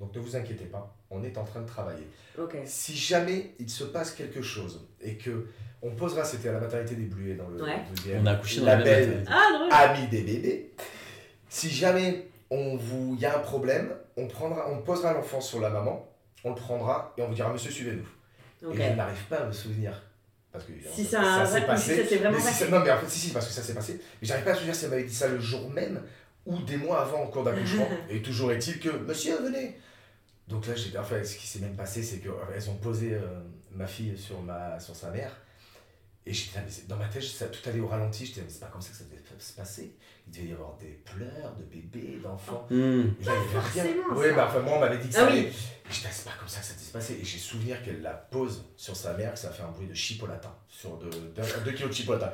D: Donc ne vous inquiétez pas, on est en train de travailler.
B: Ok.
D: Si jamais il se passe quelque chose et que on posera, c'était à la maternité des Bluets dans le
B: Ouais.
D: deuxième,
C: On a accouché dans la
D: la
C: même
D: belle
C: maternité.
B: Ah, drôle
D: amie des bébés. Si jamais on vous, il y a un problème, on prendra, on posera l'enfant sur la maman, on le prendra et on vous dira Monsieur suivez-nous.
B: Ok.
D: Et je n'arrive pas à me souvenir. Parce que
B: Si
D: ça,
B: c'est un
D: ça
B: vrai-
D: s'est passé.
B: si ça s'est vraiment
D: mais si
B: passé.
D: ça- non, mais en fait, si, si, parce que ça s'est passé. Mais j'arrive pas à me souvenir si elle m'avait dit ça le jour même ou des mois avant en cours d'accouchement. et toujours est-il que Monsieur, venez Donc là, j'ai. Enfin, ce qui s'est même passé, c'est qu'elles ont posé euh, ma fille sur, ma, sur sa mère. Et j'étais là, mais c'est- dans ma tête, ça, tout allait au ralenti. J'étais là, mais c'est pas comme ça que ça devait se passer. Il devait y avoir des pleurs de bébés, d'enfants.
C: Hmm.
D: Pas
B: forcément,
D: Oui,
B: ça.
D: bah, enfin, moi, on m'avait dit que
B: Ah
D: ça
B: oui.
D: allait. Et J'étais, ah, c'est pas comme ça que ça s'est passé. Et j'ai souvenir qu'elle la pose sur sa mère, que ça fait un bruit de chipolatin. Sur 2 kilos de chipolatin.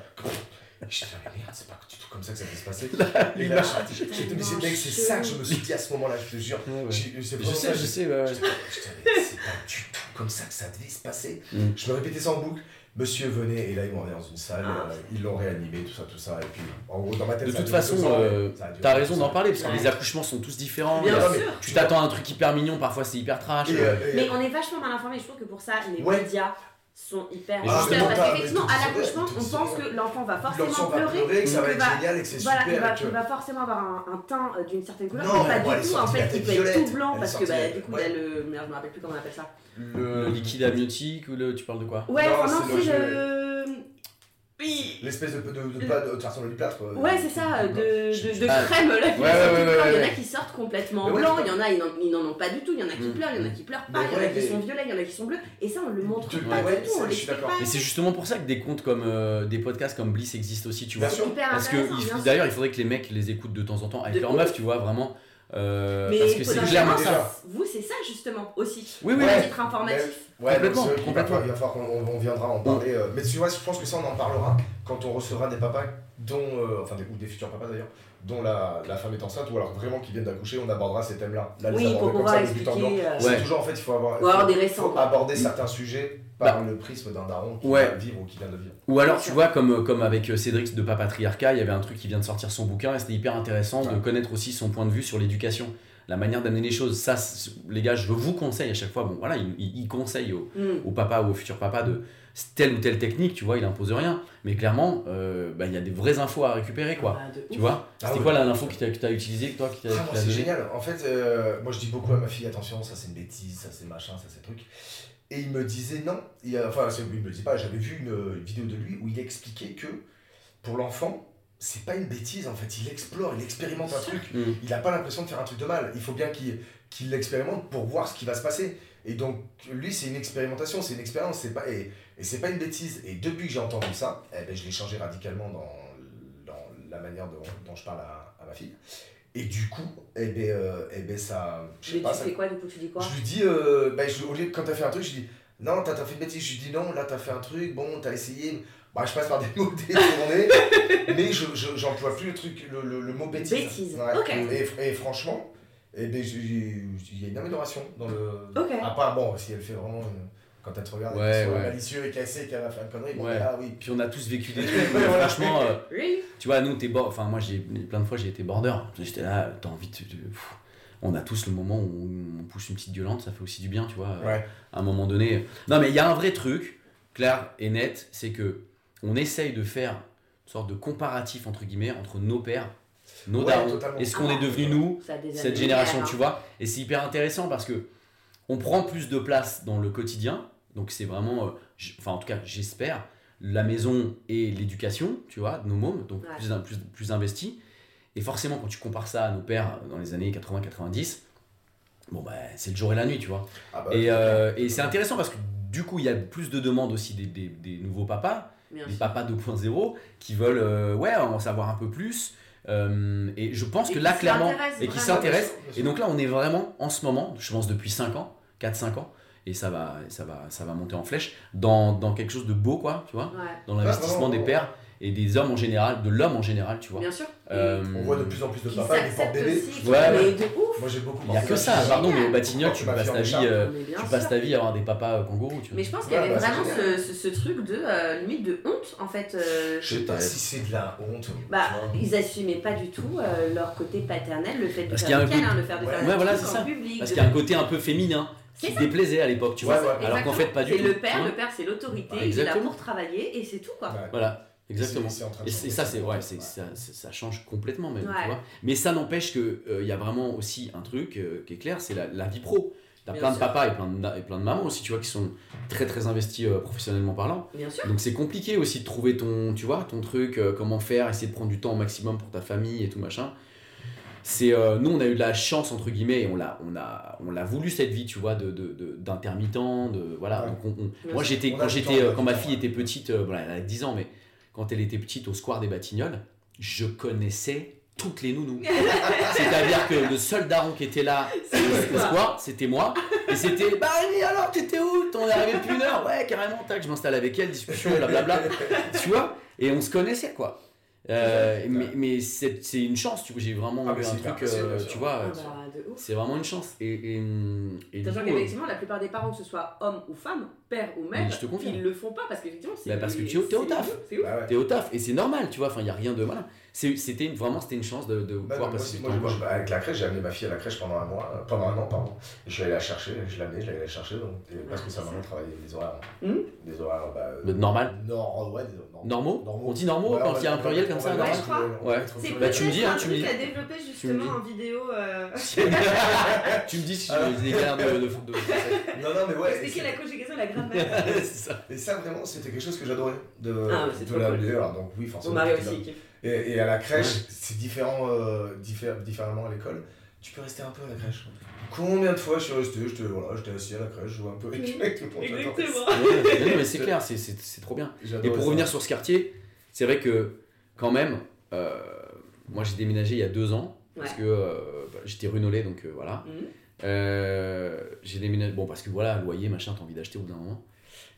D: Et J'étais, là, mais merde, c'est pas du tout comme ça que ça s'est passé. Et là, j'étais, j'étais, mais c'est mec, c'est ça que je me suis dit à ce moment-là, je te jure.
C: Ouais, ouais.
D: J'ai-
C: Je
D: c'est vraiment
C: sais,
D: ça,
C: je
D: j'ai-
C: sais. ouais, ouais.
D: J'étais, putain, mais c'est pas du tout comme ça que ça devait se passer.
C: Mm.
D: Je me répétais ça en boucle. Monsieur venait, et là, ils m'ont emmené dans une salle,
B: Ah.
D: euh, ils l'ont réanimé, tout ça, tout ça. Et puis, en gros, dans ma tête,
C: De
D: ça a
C: toute
D: duré
C: façon,
D: deux ans,
C: euh,
D: ça a duré
C: T'as
D: deux
C: raison
D: ans.
C: d'en parler parce que
B: Ouais.
C: les accouchements sont tous différents.
B: Bien
C: Il y a-
D: Non, mais
B: sûr.
C: Tu t'attends à un truc hyper mignon, parfois c'est hyper trash.
D: Et, euh, et-
B: Mais on est vachement mal informé, je trouve que pour ça, les
D: Ouais.
B: médias sont hyper.
C: Mais
B: Parce
C: justement,
B: qu'effectivement,
D: t'as-
B: à l'accouchement, on
D: t'as-
B: pense que l'enfant va forcément
D: L'enfant va
B: pleurer.
D: pleurer, que ça
B: donc
D: va
B: il
D: être
B: va-
D: génial et que c'est
B: Voilà, bah, il
D: super.
B: va,
D: et que-
B: il va forcément avoir un, un teint euh, d'une certaine couleur,
D: Non,
B: mais pas
D: elle va
B: du tout.
D: sortir
B: En
D: la
B: fait,
D: tête
B: il peut être
D: violette,
B: tout blanc
D: elle
B: parce que
D: sortir
B: bah,
D: la-
B: du coup,
D: ouais.
B: il a le. Merde, je me rappelle plus comment on appelle ça.
C: Le liquide amniotique ou le. Tu parles de quoi
B: Ouais,
D: Non,
B: enfin, non,
D: c'est
B: c'est
D: le-
B: le. Oui
D: L'espèce de, de, de, de, pas de, de façon du plâtre. euh,
B: Ouais, c'est ça, de,
D: Je-
B: de, de
C: Ah.
B: crème là. qui
C: Ouais,
B: sort
C: ouais,
B: du
C: ouais,
B: corps. Il y en
C: ouais.
B: a qui sortent complètement
D: Mais ouais,
B: blancs,
D: c'est
B: il y en a, ils n'en- ils n'en ont pas du tout, il y en a qui
C: Mm.
B: pleurent, il y en a qui pleurent pas,
D: Mais
B: il y en a
D: ouais,
B: qui
D: mais-
B: sont violets, il y en a qui sont bleus, et ça on le montre
D: De-
B: pas
D: ouais,
B: du
D: ça,
B: tout, on
D: je suis
B: l'explique
D: d'accord.
B: pas.
C: Mais c'est justement pour ça que des comptes comme euh, des podcasts comme Bliss existent aussi, tu vois.
D: Bien sûr.
B: hyper
C: Parce que
B: intéressant,
C: il-
B: bien sûr.
C: d'ailleurs, il faudrait que les mecs les écoutent de temps en temps avec
B: De
C: leur
B: ouf.
C: meuf, tu vois, vraiment. Euh,
B: Mais
C: parce que c'est
B: potentiellement,
C: clairement
D: ça-
C: ça.
D: déjà.
B: Vous, c'est ça justement aussi.
C: Oui, oui,
B: à
D: Ouais.
B: titre informatif.
D: Ouais,
C: Complètement,
D: donc, c'est vrai qu'il va
C: complètement.
D: falloir- Il va falloir qu'on on- on viendra en parler. euh, mais tu vois, je pense que ça, on en parlera quand on recevra des papas, dont, euh, enfin, des, ou des futurs papas d'ailleurs, dont la, la femme est enceinte, ou alors vraiment qui viennent d'accoucher, on abordera ces thèmes-là. Là, les
B: oui,
D: aborder
B: pour
D: comme
B: pouvoir
D: ça, de but en blanc.
B: expliquer. euh,
C: Ouais.
D: C'est toujours, en fait, il faut avoir.
B: Ou alors
D: faut-
B: des récents.
D: faut
B: quoi. Bah.
D: aborder certains sujets par le prisme d'un daron qui
C: Ouais.
D: vient de vivre ou qui vient de vivre.
C: Ou alors, tu vois, comme, comme avec euh, Cédric de Papatriarcat, il y avait un truc qui vient de sortir son bouquin et c'était hyper intéressant de
D: Ouais.
C: connaître aussi son point de vue sur l'éducation, la manière d'amener les choses. Ça, c'est- les gars, je vous conseille à chaque fois. Bon, voilà, il, il- il conseille aux,
B: Mm.
C: au papa ou au futur papa de telle ou telle technique, tu vois, il impose rien. Mais clairement, euh, bah, il y a des vraies infos à récupérer, quoi.
B: Ah, de
C: Tu
B: ouf.
C: vois
D: Ah
C: C'était
D: ouais.
C: quoi la- l'info que t'as- que t'as utilisée, que toi, qui t'a qui
D: Ah, moi,
C: t'a
D: c'est
C: donné
D: génial. En fait, euh, moi je dis beaucoup à ma fille, attention, ça c'est une bêtise, ça c'est machin, ça c'est truc. Et il me disait non. Il, euh, enfin, c'est- il me disait pas, j'avais vu une, euh, une vidéo de lui où il expliquait que pour l'enfant, c'est pas une bêtise en fait. Il explore, il expérimente un truc.
C: Mm.
D: Il n'a pas l'impression de faire un truc de mal. Il faut bien qu'il qu'il l'expérimente pour voir ce qui va se passer. Et donc, lui, c'est une expérimentation, c'est une expérience, c'est pas, et, et c'est pas une bêtise. Et depuis que j'ai entendu ça, eh ben, je l'ai changé radicalement dans, dans la manière dont, dont je parle à, à ma fille. Et du coup, eh ben, euh, eh ben ça. Je sais
B: Mais
D: pas,
B: tu
D: ça-
B: fais quoi du coup Tu dis quoi
D: je lui dis, euh, ben, je, au lieu, quand t'as fait un truc, je lui dis, non, t'as t'as fait une bêtise. Je lui dis, non, là, t'as fait un truc, bon, t'as essayé. Bah, je passe par des mots détournés, mais je je- j'emploie plus le, truc, le, le- le mot bêtise.
B: Bêtise,
D: Ouais.
B: ok.
D: Et, et franchement, eh ben, je- je- il y a une amélioration dans le.
B: Ok.
D: À part, bon, si elle fait vraiment. une- Quand elle te regarde,
C: Ouais,
D: elle est
C: ouais.
D: malicieux et cassée, qu'elle va faire une connerie, bon,
C: Ouais.
D: ah oui.
C: Puis on a tous vécu des trucs,
D: Ouais, voilà.
C: franchement. euh,
B: Really
C: Tu vois, nous, t'es bord... Enfin, moi, j'ai plein de fois, j'ai été border. J'étais là, t'as envie de. de- pfff. On a tous le moment où on pousse une petite violente, ça fait aussi du bien, tu vois. euh,
D: Ouais.
C: À un moment donné. Non, mais il y a un vrai truc, clair et net, c'est que on essaye de faire une sorte de comparatif, entre guillemets, entre nos pères, nos
D: Ouais,
C: darons,
D: totalement.
C: et ce qu'on
B: Ah.
C: est devenu nous,
B: Ça a des
C: cette
B: années
C: génération,
B: lumière,
C: tu
B: hein.
C: vois. Et c'est hyper intéressant parce que on prend plus de place dans le quotidien. Donc c'est vraiment, euh, j- enfin en tout cas j'espère, la maison et l'éducation, tu vois, de nos mômes, donc
B: Ouais.
C: plus, in- plus, plus investis. Et forcément quand tu compares ça à nos pères euh, dans les années 80-90, bon bah c'est le jour et la nuit, tu vois.
D: Ah bah,
C: Et, euh, et c'est intéressant parce que du coup il y a plus de demandes aussi des, des- des nouveaux papas
B: Bien
C: les
B: sûr.
C: papas 2.0 qui veulent euh, ouais en savoir un peu plus Euh, et je pense
B: Et
C: que
B: qui
C: là clairement
B: s'intéressent
C: et qui
B: vraiment.
C: s'intéressent
D: Bien sûr.
C: et donc là on est vraiment en ce moment je pense depuis 5 ans 4 5 ans et ça va ça va ça va monter en flèche dans, dans quelque chose de beau quoi tu vois
B: Ouais.
C: dans l'investissement
D: vraiment,
C: des
D: ouais.
C: pères et des hommes en général, de l'homme en général, tu vois.
B: Bien sûr.
C: Euh,
D: On voit de plus en plus de
B: Qui
D: papas qui portent
B: s'acceptent
D: bébé.
B: aussi.
C: Ouais,
B: mais
C: ouais.
B: de ouf.
D: Moi j'ai beaucoup
C: Il n'y a
D: porté
C: que
D: ma
C: ça,
D: fille.
C: pardon, mais au
B: Génial.
C: Batignolles, tu
D: Ma fille
C: passes
D: en
C: ta vie,
D: charge.
C: euh,
B: Mais bien
C: tu
B: sûr.
C: passes ta vie à avoir des papas euh, kangourous, tu vois.
B: Mais je pense qu'il y
D: Ouais,
B: avait
D: bah, c'est
B: vraiment ce,
D: génial.
B: ce, ce truc de euh, limite de honte en fait. euh,
D: Je sais pas si c'est de la honte.
B: bah,
D: tu vois.
B: ils assumaient pas du tout euh, leur côté paternel, le fait de
C: Parce qu'il y
B: faire
C: a
B: des
C: un côté-
B: câlins, le faire de
D: Ouais.
B: faire
C: Ouais,
B: des
C: voilà,
B: trucs
C: c'est
B: en
C: ça.
B: public.
C: Parce
B: de-
C: qu'il y a un côté un peu féminin
B: C'est
C: qui
B: ça.
C: déplaisait à l'époque, tu
D: Ouais,
C: vois.
D: ouais.
C: Alors qu'en fait, pas du
B: C'est
C: tout.
B: le
C: tu
B: père,
C: vois.
B: le père c'est l'autorité,
C: Bah,
B: il est là
C: exactement.
B: pour travailler et c'est tout quoi.
D: Ouais.
C: Voilà, exactement.
D: C'est- c'est en train de
C: Et, c'est- et
D: changer.
C: ça, c'est Ah, bah, ouais, c'est-
D: Bah,
C: ça, c'est- ça change complètement même. tu
B: Ouais.
C: vois. Mais ça n'empêche que euh, il y a vraiment aussi un truc euh, qui est clair, c'est la, la vie pro. T'as
B: Bien
C: plein de
B: sûr.
C: papas et plein de, na- et plein de mamans aussi, tu vois, qui sont très très investis euh, professionnellement parlant.
B: Bien sûr.
C: Donc c'est compliqué aussi de trouver ton, tu vois, ton truc, euh, comment faire, essayer de prendre du temps au maximum pour ta famille et tout machin. C'est euh, nous, on a eu de la chance entre guillemets, et on l'a, on a, on l'a voulu cette vie, tu vois, de, de- de- d'intermittent, de voilà.
D: Ouais.
C: Donc on- on-
B: Bien
C: moi
B: sûr.
C: j'étais,
D: On a
C: quand
D: du
C: j'étais,
D: temps, on
C: euh,
D: a
C: quand
D: du
C: ma
D: temps,
C: fille
D: ouais.
C: était petite, euh, voilà, elle a 10 ans, mais quand elle était petite au square des Batignolles, je connaissais toutes les nounous. C'est-à-dire que le seul daron qui était là euh,
B: C'est
C: au
B: quoi
C: square, c'était moi. Et c'était Bah oui, alors t'étais où On est arrivé depuis une heure Ouais, carrément, tac, je m'installe avec elle, discussion, blablabla.
D: bah,
C: tu vois Et on se connaissait quoi. Euh,
D: Ouais,
C: mais
D: ouais.
C: mais c'est c'est une chance, tu vois, j'ai vraiment
D: Ah,
C: eu
D: mais
C: un
D: c'est hyper
C: truc,
D: facile,
C: euh,
D: bien sûr.
C: tu vois,
B: Ah
C: euh,
B: bah, de ouf.
C: c'est vraiment une chance. Et, et, et du
B: Sachant
C: coup, euh,
B: qu'effectivement, la plupart des parents, que ce soit homme ou femme, père ou mère,
C: Mais je te confirme.
B: ils le font pas parce qu'effectivement, c'est.
C: Bah, parce que tu-
B: c'est-
C: t'es au taf.
B: C'est ouf.
D: Bah ouais.
C: t'es au taf et c'est normal, tu vois, enfin, il n'y a rien de. Voilà. C'est- C'était une- vraiment c'était une chance de, de
D: Bah,
C: pouvoir
D: moi,
C: passer
D: c'est-
C: du
D: moi,
C: temps.
D: moi, je- bah, avec la crèche, j'ai amené ma fille à la crèche pendant un mois, euh, pendant un an, pardon. Et je suis allé la chercher, je l'amenais, je l'allais la chercher, donc, et
B: Ah,
D: parce que ça m'a travaillé des horaires. hein.
B: Hum.
D: Des horaires, bah. euh,
C: De normal
D: Nor, oh, ouais, des horaires.
C: Normaux
D: Normaux. Bah,
C: On dit normaux
D: Voilà, on
C: quand
D: va-
C: il y a un
D: on va-
C: pluriel comme
D: on
C: ça
D: va
B: ouais,
C: normal
D: mettre
B: je crois.
D: pluriel, on va
C: Ouais.
D: mettre
B: C'est
D: pluriel.
C: Bah, tu me dis,
B: peut-être
C: hein,
B: un
C: tu me
B: truc
C: dis.
B: à développer
C: dis.
B: justement en vidéo. euh,
C: Tu me dis si j'ai des galères de. de, de- de-
D: Non, non, mais ouais. et
B: Expliquer la
D: c'est-
B: conjugaison et la grammaire.
C: C'est ça.
D: Et ça, vraiment, c'était quelque chose que j'adorais de,
B: Ah, mais c'est
D: de
B: trop
D: la
B: cool.
D: BD. Alors, donc, oui,
B: Mon
D: forcément.
B: mari
D: c'était
B: aussi. il kiffe.
D: là. Et, et à la crèche,
C: Ouais.
D: c'est différent, euh, diffé- différemment à l'école. Tu peux rester un peu à la crèche. Combien de fois je suis resté J'étais voilà, j'étais assis à la crèche, je jouais un peu avec, avec tout le monde. j'adorais
B: Mm. Exactement.
C: Ouais, non, mais c'est clair, c'est- c'est c'est trop bien.
D: ça. J'adorais
C: Et pour
D: ça.
C: revenir sur ce quartier, c'est vrai que quand même, euh, moi j'ai déménagé il y a deux ans parce
B: Ouais.
C: que euh, bah, j'étais runolé donc euh, voilà.
B: Mhm.
C: Euh, j'ai déménagé bon parce que voilà loyer machin t'as envie d'acheter au bout d'un moment.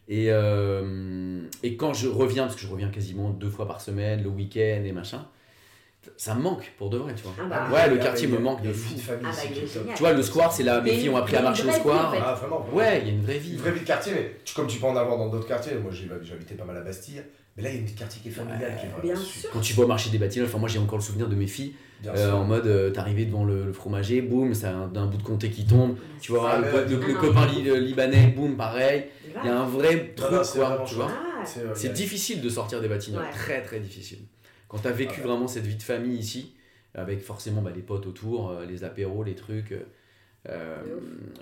C: Et, euh, et quand je reviens parce que je reviens quasiment deux fois par semaine le week-end et machin, ça me manque pour de vrai tu vois.
B: Ah
D: Ah,
B: bah.
D: mais
C: Ouais,
D: il y
C: le
D: a-
C: quartier
D: il y a-
C: me manque
D: il y a
C: de
D: une
C: fou.
D: vie famille,
B: Ah, bah,
D: c'est
B: il est
D: top.
B: génial.
C: Tu vois le square c'est là mes
B: Mais
C: filles ont appris à
B: une
C: marcher au
B: vraie vie, en
C: square.
B: fait.
D: Ah, vraiment. vraiment.
C: Ouais il y a une vraie
D: Une
C: vie.
D: vraie vie de quartier, mais tu- comme tu peux en avoir dans d'autres quartiers. Moi, j'ai- j'habitais pas mal à Bastille. Mais là, il y a une vie de quartier qui est familiale. qui est vraiment
B: Bien
D: super.
C: Quand tu vas au marché des bâtiments, enfin moi j'ai encore le souvenir de mes filles
D: Bien
C: Euh,
D: sûr.
C: en mode, euh, t'arrivais devant le, le fromager, boum, c'est un, d'un bout de comté qui tombe. Tu vois,
D: Ah,
C: le,
D: ouais.
C: le- le
B: Ah,
C: copain li- euh, libanais, boum, pareil. Il y a un vrai
D: Non,
C: truc,
D: non, c'est
C: quoi,
D: vraiment
C: tu
D: chouette.
C: vois.
B: Ah,
D: C'est euh,
C: C'est
D: il y a-
C: difficile de sortir des batignolles,
B: Ouais.
C: très très difficile. Quand t'as vécu
D: Ah, ouais.
C: vraiment cette vie de famille ici, avec forcément bah, les potes autour, euh, les apéros, les trucs, euh, euh,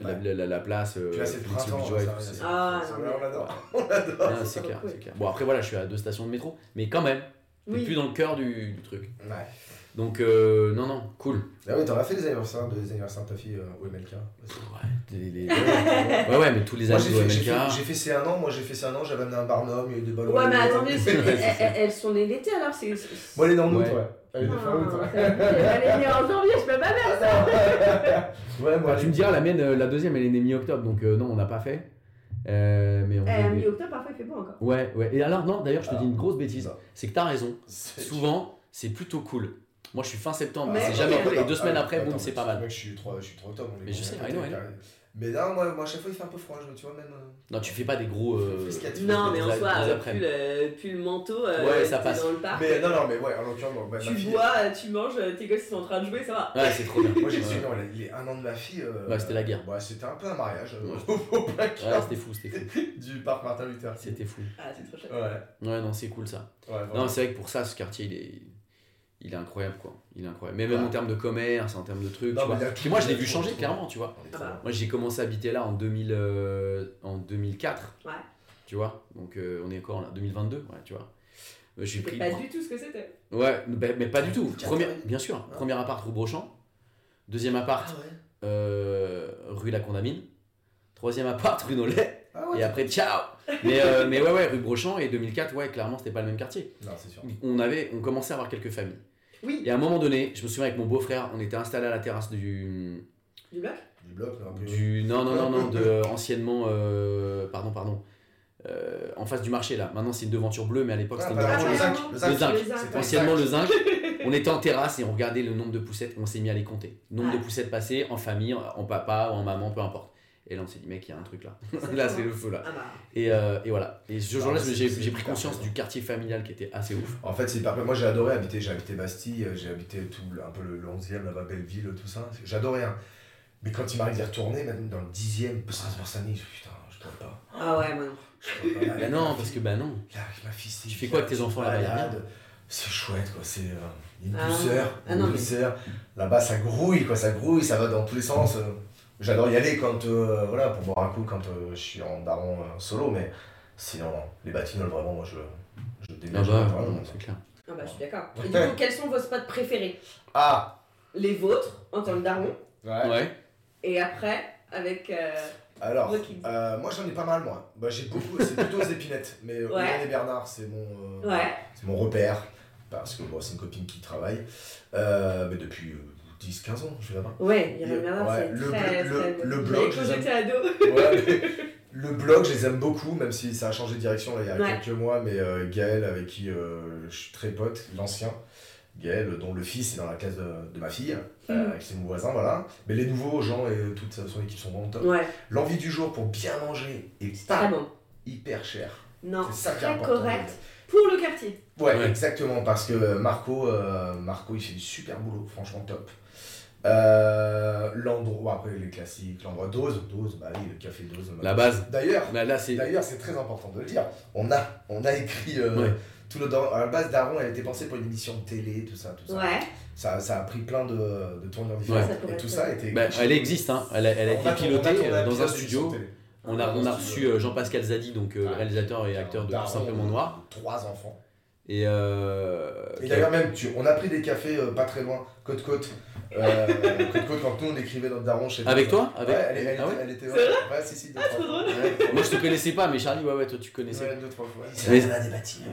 C: la,
D: Ouais.
C: la- la- la place, euh,
D: Puis là, c'est le
C: Pizza
D: printemps.
C: Joy,
D: ça,
C: tout
D: ça,
C: ça.
D: ça,
B: Ah,
D: ça,
B: non,
D: ça,
B: mais-
D: on l'adore.
C: Ah, c'est clair, c'est clair. Bon, après voilà, je suis à deux stations de métro, mais quand même, t'es
B: Oui.
C: plus dans le cœur du, du truc.
D: Ouais.
C: Donc, euh, non, non, cool.
D: Ah oui, t'en as fait des anniversaires, des anniversaires de ta fille euh, au MLK
C: Ouais, les- les- ouais, ouais, mais tous les
D: Moi,
C: amis
D: j'ai
C: de
D: fait, j'ai fait,
C: MLK.
D: j'ai fait ces un an, moi j'ai fait ces un an, j'avais amené un barnum, il y a eu des ballons.
B: Ouais, mais attendez,
D: attendez
B: c'est- elles- elles elles sont nées l'été alors c'est.
D: Moi, elle est dans le
C: Ouais.
D: doute, ouais. Elle est
B: Ah,
D: des fois août, ouais.
B: Elle est née en janvier, je peux pas
D: Ah,
B: mère.
D: non. Ouais, moi,
C: Bah, tu me diras, la mienne, euh, la deuxième, elle est née mi-octobre, donc euh, non, on n'a pas fait. Euh, mais on
B: Euh,
C: avait-
B: Mi-octobre, parfois il fait beau encore.
C: Ouais, ouais. Et alors, non, d'ailleurs, je te
D: Ah.
C: dis une grosse bêtise.
D: Non.
C: C'est que t'as raison.
D: c'est-
C: Souvent, c'est plutôt cool. Moi, je suis fin septembre,
B: Mais-
C: c'est jamais
B: Ouais.
C: cool. Et deux
D: Ah,
C: semaines
D: oui,
C: après,
D: attends,
C: boum,
D: mais
C: c'est pas mal.
D: Mec, je suis 3, je suis 3 octobre. on est
C: Mais je
D: bon,
C: sais,
D: on est
C: I know, I know.
D: carré. Mais non, moi, moi, à chaque fois, il fait un peu froid, je- tu vois, même. euh,
C: Non, tu fais pas des gros. euh,
D: Frisquette.
B: Non, mais en
C: Les-
B: soi,
C: les
B: euh,
C: après-
B: pull, euh, pull manteau, euh,
C: Ouais, ça
B: t'es
C: passe.
B: dans le parc.
D: Mais non, non, mais ouais, en l'occurrence, ouais, ma
B: Tu
D: fille.
B: bois, euh, tu manges, euh, tes gosses ils sont en train de jouer, ça va.
C: Ouais, c'est trop bien.
D: Moi, j'ai
C: Ouais.
D: su, non, les- les un an de ma fille. euh,
C: Ouais, c'était la guerre.
D: bah, c'était un peu un mariage euh, au
C: Ouais,
D: placard
C: c'était fou, c'était fou.
D: du parc Martin Luther. King.
C: C'était fou.
B: Ah, c'est trop chouette.
D: Ouais, ouais,
C: Ouais, non, c'est cool ça.
D: vraiment.
C: Non, c'est vrai que pour ça, ce quartier, il est, il est incroyable, quoi. Il est incroyable. Mais même
D: Ouais.
C: en termes de commerce, en termes de trucs, tu
D: Non, mais
C: vois.
D: il y a
C: Puis
D: tout,
C: moi,
D: il
C: je
D: y a
C: l'ai vu
D: tout,
C: changer,
D: tout.
C: carrément, tu vois.
D: On est
B: Ah
D: trop
B: bah.
D: loin.
C: Moi, j'ai commencé à habiter là en, 2000, euh, en 2004,
B: Ouais.
C: tu vois. Donc, euh, on est encore là, 2022, ouais, tu vois. Euh, j'ai
B: C'était
C: pris...
B: pas du tout ce que c'était.
C: Ouais, ben, mais pas du tout.
D: Quatre
C: Premier,
D: heures et demie.
C: bien sûr.
D: Ouais.
C: Premier appart, rue Brochamp. Deuxième appart,
D: Ah ouais.
C: euh, rue La Condamine. Troisième appart, rue Nolay.
D: Ah ouais.
C: Et après, ciao mais, euh, mais ouais, ouais, rue Brochamp. Et 2004, ouais, clairement, c'était pas le même quartier.
D: Non, c'est sûr.
C: On, avait, on commençait à avoir quelques familles.
B: Oui.
C: Et à un moment donné, je me souviens avec mon beau-frère, on était installé à la terrasse du.
B: Du bloc
D: Du bloc, là, un peu.
C: du non, non, non, non, de euh, anciennement. euh, pardon, pardon. euh, en face du marché là. Maintenant c'est une devanture bleue, mais à l'époque
D: Ah,
C: c'était une
D: bah,
B: vraiment
C: devanture
D: le
B: ouais.
C: jaune.
D: zinc, le zinc.
C: Le zinc.
D: Exact.
C: Anciennement le zinc, on était en terrasse et on regardait le nombre de poussettes, on s'est mis à les compter. Nombre de
B: Ah.
C: poussettes passées en famille, en papa ou en maman, peu importe. Et là on s'est dit mec, il y a un truc là. là c'est le feu hein. là.
B: Ah bah.
C: Et, euh, et voilà. Et ce jour-là,
D: Ah, c'est-
C: j'ai
D: c'est
C: j'ai pris
D: hyper
C: conscience
D: présent.
C: du quartier familial qui était assez ouf.
D: En fait, c'est hyper. Moi, j'ai adoré habiter. J'ai habité Bastille, euh, j'ai habité tout le- un peu le le 11e, là-bas, Belleville, tout ça. C'est- J'adorais. hein. Mais quand il m'arrive d'y retourner, même dans le 10e, Saint-Denis, putain, je pourrais pas.
B: Ah ouais, moi non.
D: Je pourrais pas.
C: Bah non, parce que bah non.
D: Là, avec ma fille, c'est
C: Tu fais quoi avec tes enfants là-bas y a rien.
D: malade. C'est chouette, quoi. C'est euh, une
B: Ah.
D: douceur.
B: Ah
D: une
B: non, mais-
D: douceur. Là-bas, ça grouille, quoi. Ça grouille, ça va dans tous les sens. euh. J'adore y aller quand, euh, voilà, pour boire un coup quand euh, je suis en daron euh, solo, mais sinon, les batignolles, vraiment, moi, je, je déménage
C: Là-bas,
D: pas,
C: non,
D: vraiment.
C: Bah, c'est clair.
B: Ah bah, je suis d'accord. Et du coup, quels sont vos spots préférés
D: Ah
B: Les vôtres, en tant que daron,
D: Ouais.
C: Ouais.
B: et après, avec. euh,
D: Alors,
B: vos kids.
D: euh, moi, j'en ai pas mal, moi. Bah, j'ai beaucoup, c'est plutôt aux épinettes, mais euh,
B: Ouais.
D: Hélène et Bernard, c'est mon. euh,
B: Ouais.
D: C'est mon repère, parce que moi, c'est une copine qui travaille, euh, mais depuis euh, 10-15 ans, je vais là-bas.
B: Ouais, il
D: Le-
B: Bernard,
D: ouais,
B: c'est
D: le
B: très.
D: bleu-
B: très-
D: le- le
B: Mais
D: bleu, je
B: Quand
D: les aime.
B: j'étais ado.
D: Ouais. Le blog, je les aime beaucoup, même si ça a changé de direction là, il y a
B: Ouais.
D: quelques mois, mais euh, Gaël, avec qui euh, je suis très pote, l'ancien, Gaël, dont le fils est dans la classe de, de ma fille, euh,
B: Mhm.
D: qui c'est mon voisin, voilà. Mais les nouveaux, Jean et toute sa- son équipe sont vraiment top.
B: Ouais,
D: L'envie du jour pour bien manger et
B: c'est
D: pas
B: très bon.
D: hyper cher.
B: Non,
D: C'est ça qui est
B: très
D: important.
B: correct pour le quartier.
D: Ouais,
C: Ouais.
D: exactement, parce que Marco, euh, Marco, il fait du super boulot, franchement top. Euh, l'endroit, après les classiques, l'endroit dose, dose, bah oui, le café dose.
C: La base.
D: D'ailleurs,
C: Bah, là c'est.
D: d'ailleurs, c'est très important de le dire, on a, on a écrit euh,
C: Ouais.
D: tout le daron, à la base Daron, elle était pensée pour une émission de télé, tout ça, tout ça.
B: Ouais.
D: Ça, ça a pris plein de, de tournures différentes,
B: Ouais. Ça pourrait
D: et tout
B: être-
D: ça a été
C: Bah,
D: écrit.
C: elle existe, hein. elle a, elle a
D: On a- on a
C: été pilotée
D: tourné
C: euh, dans un
D: épisode d'émission
C: studio.
D: de télé.
C: On a,
D: Dans
C: on
D: un
C: a reçu
D: studio.
C: euh, Jean-Pascal Zadi, donc euh,
D: Ouais.
C: réalisateur et acteur de
D: Daron,
C: Tout simplement Noir.
D: Trois enfants.
C: Et, euh,
D: Et d'ailleurs même, tu, on a pris des cafés euh, pas très loin, côte-côte. Euh, côte-côte quand nous on écrivait notre daron chez
C: avec
D: nous.
C: toi avec...
D: Ouais, elle, elle- elle
C: Ah ouais
D: était- elle était...
B: C'est Ah,
D: ouais, ouais, si, si, deux,
B: trop
D: fois.
B: drôle.
D: Ouais,
C: Moi je te connaissais pas, mais Charlie, ouais, ouais, toi tu connaissais.
D: ouais, deux, trois fois.
C: Mais-
D: Ça va des bâtiments.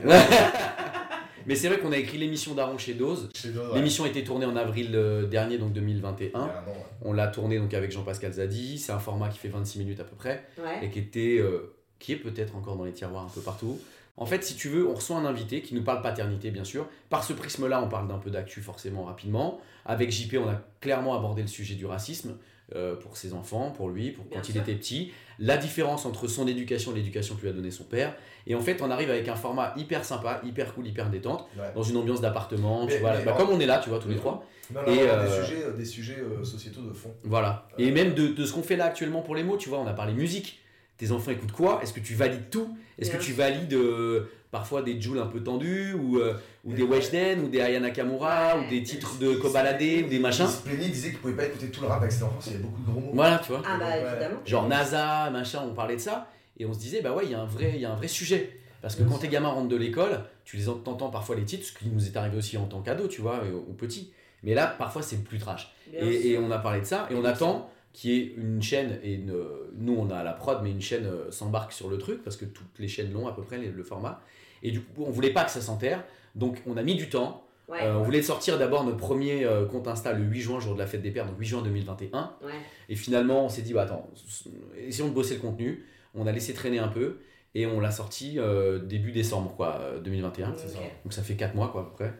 C: mais c'est vrai qu'on a écrit l'émission d'Aaron chez Dose.
D: Chez nous, ouais.
C: L'émission hein. a été tournée en avril euh, dernier, donc 2021.
D: Il y a un an, ouais.
C: On l'a tournée donc avec Jean-Pascal Zadi. C'est un format qui fait 26 minutes à peu près.
B: Ouais.
C: et qui était euh, qui est peut-être encore dans les tiroirs un peu partout. En fait, si tu veux, on reçoit un invité qui nous parle paternité, bien sûr. Par ce prisme-là, on parle d'un peu d'actu forcément rapidement. Avec JP, on a clairement abordé le sujet du racisme euh, pour ses enfants, pour lui, pour
B: Bien
C: quand il
B: sûr.
C: était petit. La différence entre son éducation et l'éducation que lui a donnée son père. Et en fait, on arrive avec un format hyper sympa, hyper cool, hyper détente,
D: Ouais.
C: dans une ambiance d'appartement. tu
D: Mais-
C: vois,
D: mais
C: bah,
D: en-
C: Comme on est là, tu vois, tous les trois.
D: Non, non,
C: Et,
D: non,
C: euh,
D: des sujets, des sujets euh, sociétaux de fond.
C: Voilà. Et même de, de ce qu'on fait là actuellement pour les mots, tu vois, on a parlé musique. Tes enfants écoutent quoi Est-ce que tu valides tout Est-ce que
B: Bien
C: tu valides euh, parfois des Jules un peu tendus ou, euh, ou des
D: Ouais.
C: Weshden ou des Ayana Kamura ou des titres de Kobalade ou des machins
D: Il se plaignait, il disait qu'il pouvait pas écouter tout le rap avec ses enfants, il y avait beaucoup de gros mots.
C: Voilà, tu vois.
B: Ah bah,
D: Ouais.
B: évidemment.
C: Genre NASA, machin, on parlait de ça et on se disait bah ouais, il y a un vrai il y a un vrai sujet parce que
B: Bien
C: quand
B: sûr.
C: tes gamins rentrent de l'école, tu les entends entends parfois les titres, ce qui nous est arrivé aussi en tant qu'ado, tu vois, euh, aux petits. Mais là, parfois c'est plus trash.
B: Bien sûr.
C: Et, et on a parlé de ça, et on attend qu'il y ait une chaîne, et une- nous on a la prod, mais une chaîne euh, s'embarque sur le truc, parce que toutes les chaînes l'ont à peu près les- le format. Et du coup, on voulait pas que ça s'enterre, donc on a mis du temps.
B: Ouais.
C: Euh, on voulait sortir d'abord notre premier euh, compte Insta le 8 juin, jour de la fête des pères, donc 8 juin 2021.
B: Ouais.
C: Et finalement, on s'est dit, bah attends, s- essayons de bosser le contenu. On a laissé traîner un peu, et on l'a sorti euh, début décembre, quoi, euh, 2021.
D: c'est ça.
B: Ok.
C: Donc ça fait 4 mois, quoi, à peu près.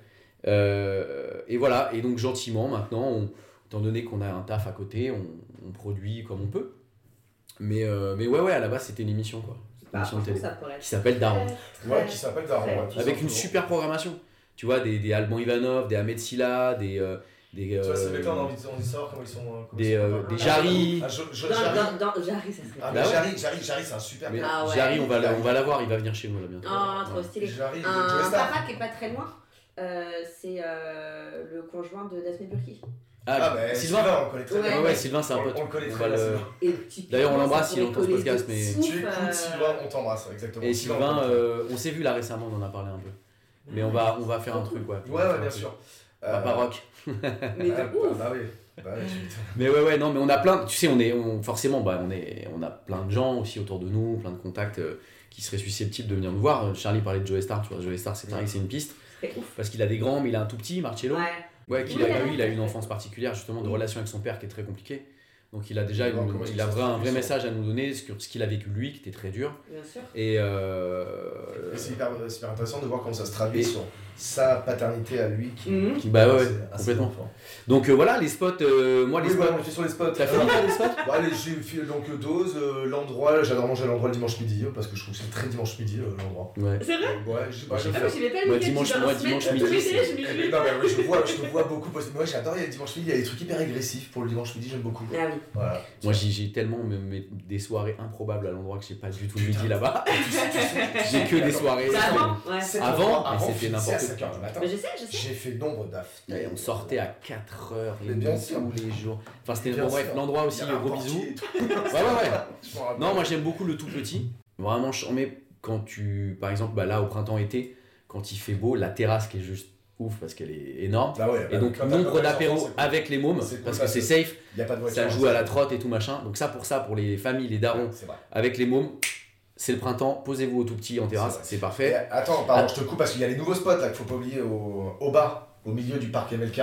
C: Euh, et voilà, et donc gentiment, maintenant, on- étant donné qu'on a un taf à côté, on, on produit comme on peut. Mais, euh, mais ouais, ouais, à la base, c'était une émission, quoi. Une
B: Bah,
C: émission de
B: franchement,
C: télé.
B: ça pourrait être
C: Qui s'appelle Daron.
B: très,
D: Ouais, qui s'appelle Daron.
B: Ouais.
D: ouais, tout
C: Avec une
D: simplement.
C: super programmation. Tu vois, des, des Alban Ivanov, des Ahmed Silla, des. euh, des
D: Tu vois, ces
C: euh,
D: mecs-là, on a envie de on a envie de savoir comment ils sont. euh, comment
C: des,
D: ils sont
C: euh,
D: capables.
C: des Jarry.
D: Ah, je- je-
B: Dans,
D: Jarry.
B: dans, dans, Jarry, ça serait.
C: Bah
D: Ah, mais
C: ouais.
D: Jarry, Jarry, Jarry, c'est un super
C: mais
D: gars.
B: Ah ouais.
C: Jarry, on va, le- on va l'avoir, il va venir chez nous là bientôt.
B: Ah, trop
C: Voilà.
B: stylé.
D: Jarry, de
B: Un
D: Joestar.
B: papa qui est pas très loin, euh, c'est euh, le conjoint de Daphne Burki.
C: Ah,
D: Ah, bah,
C: Sylvain
D: Sylvain, on le connaît très
B: Ouais.
C: Ouais,
D: bien.
C: ouais, Sylvain, c'est un
D: On-
C: pote.
D: On le connaît
C: On
D: très
C: va
D: bien.
C: le-
D: Sylvain.
B: Et typiquement,
C: D'ailleurs, on
B: ça
C: l'embrasse, il
B: pourrait
C: entend ce
B: coller
C: podcast,
B: de
C: mais-
B: ouf,
D: Tu
B: euh,
D: écoutes Sylvain, on t'embrasse, exactement.
C: Et
D: on
C: Sylvain,
D: t'embrasse.
C: euh, on s'est vu là récemment, on en a parlé un peu. Mais on va, on va faire un truc, ouais.
D: Ouais, ouais, bien sûr.
C: Pas
D: Euh,
C: rock.
B: Mais
D: ah,
B: de ouf.
D: Bah oui. Bah oui, tu m'étonnes.
C: Mais ouais, ouais, non, mais on a plein, tu sais, on est, on, forcément, bah, on, est, on a plein de gens aussi autour de nous, plein de contacts euh, qui seraient susceptibles de venir nous voir. Euh, Charlie parlait de Joe Star, tu vois, Joe Star, c'est pareil, c'est une piste,
B: C'est ouf.
C: parce qu'il a des grands, mais il a un tout petit, Marcello. Ouais,
B: Ouais.
C: qu'il
B: Oui,
C: a
B: il a
C: eu, il a eu une
B: un-
C: enfance particulière, justement, de
B: Oui.
C: relation avec son père qui est très compliquée. Donc il a déjà
D: Voir
C: une-
D: comment
C: il a
D: ça se
C: vrai- un
D: traduit,
C: vrai
D: ça.
C: message à nous donner sur ce qu'il a vécu lui, qui était très dur.
B: Bien sûr.
C: Et euh,
D: Et C'est hyper, c'est hyper intéressant de voir comment ça se traduit
C: Et-
D: sur sa paternité à lui. Qui,
B: Mhm.
D: qui
C: Bah ouais,
D: passe
C: ouais,
D: à ses
C: complètement.
D: enfants.
C: donc euh, voilà les spots. euh, moi les
D: Oui,
C: spots.
D: voilà, je suis sur les spots.
C: T'as fini toi, les spots
D: Bon, allez, j'ai fait donc le dose, euh, l'endroit, j'adore manger à l'endroit le dimanche midi, euh, parce que je trouve que c'est très dimanche midi euh, l'endroit.
C: Ouais.
B: C'est vrai
D: Ouais, je sais pas,
C: Ouais,
D: je
B: Ah,
D: fais-
B: mais j'y vais pas
C: Moi,
B: le
C: dimanche- moi, dimanche
B: Ah,
C: midi, c'est-
D: Eh, Non, mais je vois, je le vois beaucoup. parce que Moi j'adore, il y a le dimanche midi, il y a des trucs hyper agressifs pour le dimanche midi, j'aime beaucoup.
B: Ah oui.
D: Voilà.
C: Moi j'ai- j'ai tellement me- me- des soirées improbables à l'endroit que j'ai pas du tout le
D: Putain.
C: midi là-bas.
D: Tu sais- tu sais-
C: J'ai que des
D: Attends,
C: soirées.
B: C'est
D: c'est
B: avant Ouais.
D: cet
C: Avant,
D: endroit,
C: mais c'était
D: finissait
C: n'importe
D: à 5 heures
C: quoi.
D: du matin.
B: Mais je sais, je sais.
D: J'ai fait nombre d'aff.
C: Et on sortait à 4 heures
D: Mais bien sûr.
C: tous les jours. Enfin c'était
D: Bien
C: bon, bref
D: sûr.
C: l'endroit aussi
D: Il y avait un
C: gros
D: portier
C: bisous.
D: et tout.
C: Ouais ouais ouais.
D: Je m'en rappelle.
C: Non, moi j'aime beaucoup le tout petit. Vraiment, je mais quand tu. Par exemple, bah, là au printemps-été, quand il fait beau, la terrasse qui est juste ouf parce qu'elle est énorme.
D: Bah ouais,
C: Et
D: bah,
C: donc,
D: quand t'as pas
C: nombre
D: de
C: d'apéros
D: vacances,
C: avec les mômes
D: c'est cool
C: parce que
D: parce
C: c'est
D: que
C: safe,
D: Il y a pas de voiture.
C: ça joue à la trotte et tout machin. Donc, ça pour ça, pour les familles, les darons,
D: C'est vrai.
C: avec les mômes, c'est le printemps, posez-vous au tout petit en terrasse,
D: C'est vrai.
C: c'est
D: Et euh,
C: parfait.
D: attends, pardon, je te coupe parce qu'il y a les nouveaux spots là qu'il faut pas oublier au, au bas, au milieu du parc MLK.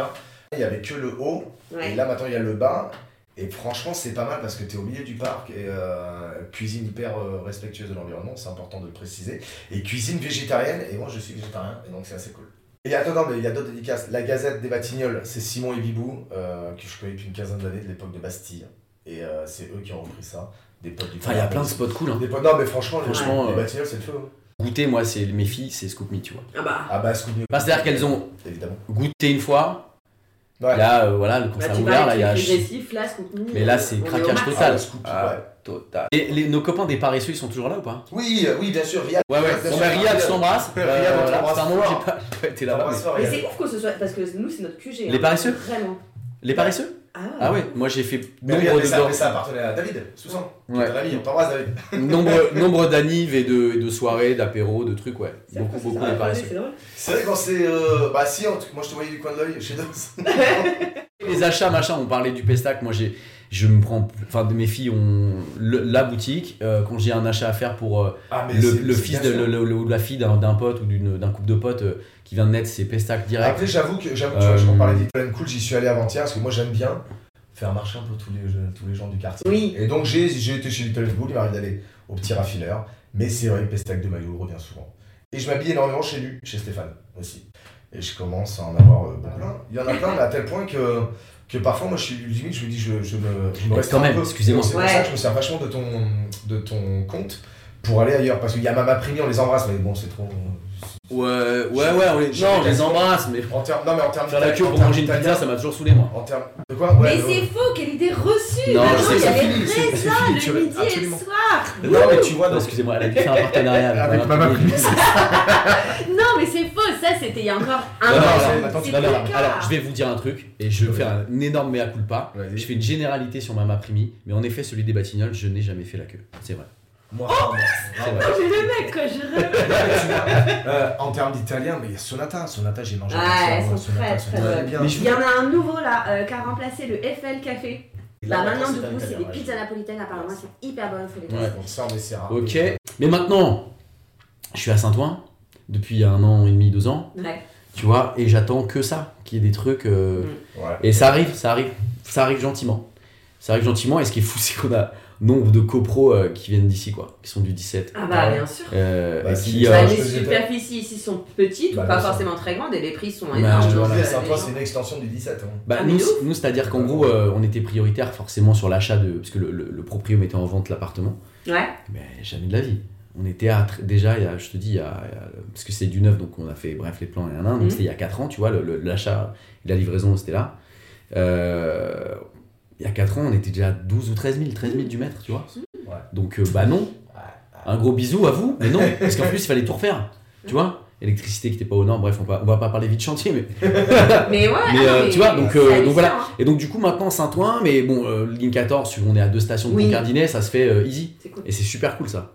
D: Il y avait que le haut, et
B: Ouais.
D: là maintenant il y a le bas. Et franchement, c'est pas mal parce que t'es au milieu du parc et euh, cuisine hyper euh, respectueuse de l'environnement, c'est important de le préciser. Et cuisine végétarienne, et moi je suis végétarien, et donc c'est assez cool. Et attends, non, mais il y a d'autres dédicaces. La Gazette des Batignolles, c'est Simon et Bibou, euh, que je connais depuis une quinzaine d'années de l'époque de Bastille. Et euh, c'est eux qui ont repris ça. Des potes du
C: Enfin, il y a plein de spots cool. Hein.
D: Des potes- Non, mais franchement, les-
C: Franchement,
D: les,
C: euh,
D: Batignolles, c'est le feu. hein.
C: Goûter, moi, c'est mes filles, c'est Scoop Me, tu vois.
B: Ah bah.
D: Ah bah, Scooby.
C: Enfin, c'est-à-dire qu'elles ont
D: Évidemment.
C: goûté une fois.
D: Ouais.
C: Là, euh, voilà, le
B: Bah,
C: concert
B: tu
C: ouvert,
B: parles
C: là, il y a.
B: agressif, là, contenu. euh,
C: Mais là, c'est craquage
D: Ah,
C: total.
D: le Scoop,
C: Ah.
D: ouais.
C: Total. Et les- nos copains des paresseux, ils sont toujours là ou pas
D: Oui, euh, oui, bien sûr, Riyad.
C: Ouais, ouais,
D: Bien
C: bon,
D: sûr,
C: bah, Riyad, je t'embrasse.
D: Riyad,
C: Euh,
D: on
C: voilà,
D: t'embrasse
C: c'est un moment que
D: fort.
C: j'ai pas, j'ai pas été là-bas.
D: T'embrasses
C: mais-
D: fort,
B: Mais
D: Riyad.
B: c'est ouf que ce soit. Parce que nous, c'est notre QG.
C: Les
B: hein.
C: paresseux
B: Vraiment.
C: Les paresseux
B: Ah ouais.
C: Ah ouais, moi j'ai fait
D: Mais Riyad,
C: nombre
D: mais
C: de
D: ça, mais ça appartenait à David, Soussan.
C: Ouais.
D: Ton ami, on t'embrasse, David.
C: nombre, nombre d'anives et de, et de soirées, d'apéros, de trucs, ouais.
B: C'est ouf
C: Beaucoup,
B: que ce
C: beaucoup
B: soit
C: les
B: un QG,
C: paresseux.
B: C'est drôle.
D: C'est vrai qu'on s'est. euh, Bah, si, en tout cas, moi je te voyais du coin de l'œil chez Dose.
C: Les achats, machin, on parlait du pestac, moi j'ai. Je me prends. Enfin, mes filles ont le- la boutique. euh, quand j'ai un achat à faire pour euh,
D: Ah,
C: le, le fils de, le- le- le- ou la fille d'un d'un pote ou d'une- d'un couple de potes euh, qui vient de naître, c'est pestac direct.
D: Après, j'avoue que, j'avoue, que tu vois,
C: Euh,
D: je t'en parlais d'Italian Cool, j'y suis allé avant-hier parce que moi j'aime bien faire marcher un peu tous les, tous les gens du quartier.
B: Oui.
D: Et donc, j'ai, j'ai été chez Little Cool, il m'arrive d'aller au petit raffineur, mais c'est vrai, le pestac de maillot revient souvent. Et je m'habille énormément chez lui, chez Stéphane aussi. Et je commence à en avoir euh, beaucoup plein. Il y en a plein, mais à tel point que, que parfois, moi je suis limite, je me dis, je, je me, je me
C: Mais
D: reste
C: quand
D: un
C: même,
D: peu.
C: excusez-moi.
D: Donc, C'est pour
B: Ouais.
D: ça que je me sers vachement de ton, de ton compte pour aller ailleurs. Parce qu'il y a Mama Primi, on les embrasse, mais bon, c'est trop.
C: Ouais, ouais, ouais, on les,
D: J'ai-
C: non, je
D: j'ai-
C: les embrasse, mais
D: En termes, non, mais en termes
C: faire la queue
D: en
C: pour
D: termes
C: manger une
D: italiens,
C: pizza, ça m'a toujours saoulé, moi.
D: en termes de quoi Ouais,
B: mais
D: ouais.
B: c'est faux, quelle idée reçue
C: Non,
B: Maman,
C: je
B: il
C: sais que
B: y
C: c'est
B: avait
D: fini, c'est- c'est
B: raison
D: fini,
B: le
D: tu-
B: midi et le
D: absolument.
B: soir
D: Non, mais tu vois,
C: Non,
D: donc,
C: excusez-moi, elle a dû faire un partenariat avec, Mama Primi.
B: Non, mais c'est faux, ça c'était il y a encore un
C: Non,
B: an.
C: non, non,
D: c'est-
C: attends,
B: c'est
C: non, non,
B: plus
C: non.
B: le cas.
C: Alors, je vais vous dire un truc et je vais
D: Vas-y.
C: faire un énorme mea culpa.
D: Vas-y.
C: Je fais une généralité sur Mama Primi, mais en effet, celui des Batignolles, je n'ai jamais fait la queue. C'est vrai.
D: Moi,
C: C'est
D: vraiment,
C: vrai.
B: Oh, j'ai le mec, quoi, je rêve.
D: vraiment. Euh, en termes d'italien, mais il y a Sonata. Sonata, j'ai mangé
B: Ouais, elles
D: avec ça,
B: sont
D: hein, Sonata,
B: très, très
D: Sonata,
B: bonnes.
D: bien.
C: Mais je-
B: Il y en a un nouveau là euh, qui a remplacé le FL Café. Bah maintenant, du coup, c'est des pizzas napolitaines apparemment, c'est hyper bon, faut les
C: Ouais.
B: tester.
D: On sort, mais c'est rare.
C: Ok. Mais maintenant, je suis à Saint-Ouen depuis un an et demi, deux ans,
B: Ouais.
C: tu vois, et j'attends que ça, qu'il y ait des trucs. euh,
B: Mm.
D: Ouais.
C: Et ça arrive, ça arrive, ça arrive gentiment. Ça arrive gentiment, et ce qui est fou, c'est qu'on a nombre de copros euh, qui viennent d'ici, quoi, qui sont du 17.
B: Ah
D: Ah
B: bah
D: ouais.
B: bien sûr.
C: euh,
D: Bah,
C: et
D: si-
C: qui,
D: Bah,
C: euh,
B: les
D: je te disais-
B: superficies ici sont petites,
D: Bah,
B: pas
D: bien sûr.
B: forcément très grandes, et les prix sont
C: Bah,
B: énormes.
C: je te
D: Voilà,
B: Les
D: Saint-Ouen,
B: gens-
D: c'est une extension du 17. hein.
C: Bah,
B: Ah, mais
C: nous,
B: de ouf.
C: nous, c'est-à-dire qu'en gros, euh, on était prioritaire forcément sur l'achat de. Parce que le, le, le proprio mettait en vente l'appartement.
B: Ouais.
C: Mais jamais de la vie. On était à tr- déjà, il y a- je te dis, il y a- il y a- parce que c'est du neuf, donc on a fait bref les plans et un an. Donc
B: Mhm.
C: c'était il y a 4 ans, tu vois, le- le- l'achat et la livraison, c'était là. Euh, il y a 4 ans, on était déjà à 12 ou 13 000, 13 000 du mètre, tu vois.
B: Mhm.
D: Ouais.
C: Donc euh, bah non. Un gros bisou à vous, mais non, parce qu'en plus, il fallait tout refaire, tu vois. Électricité qui n'était pas aux normes, bref, on va, on va pas parler vite chantier, mais
B: Mais ouais,
C: Mais,
B: ah,
C: euh, tu vois, donc,
B: c'est
C: euh, donc voilà.
B: hallucinant, hein.
C: Et donc du coup maintenant Saint-Ouen, mais bon, euh, ligne 14, on est à deux stations de
B: Oui.
C: Concardinet, ça se fait euh, easy.
B: C'est cool.
C: Et c'est super cool ça.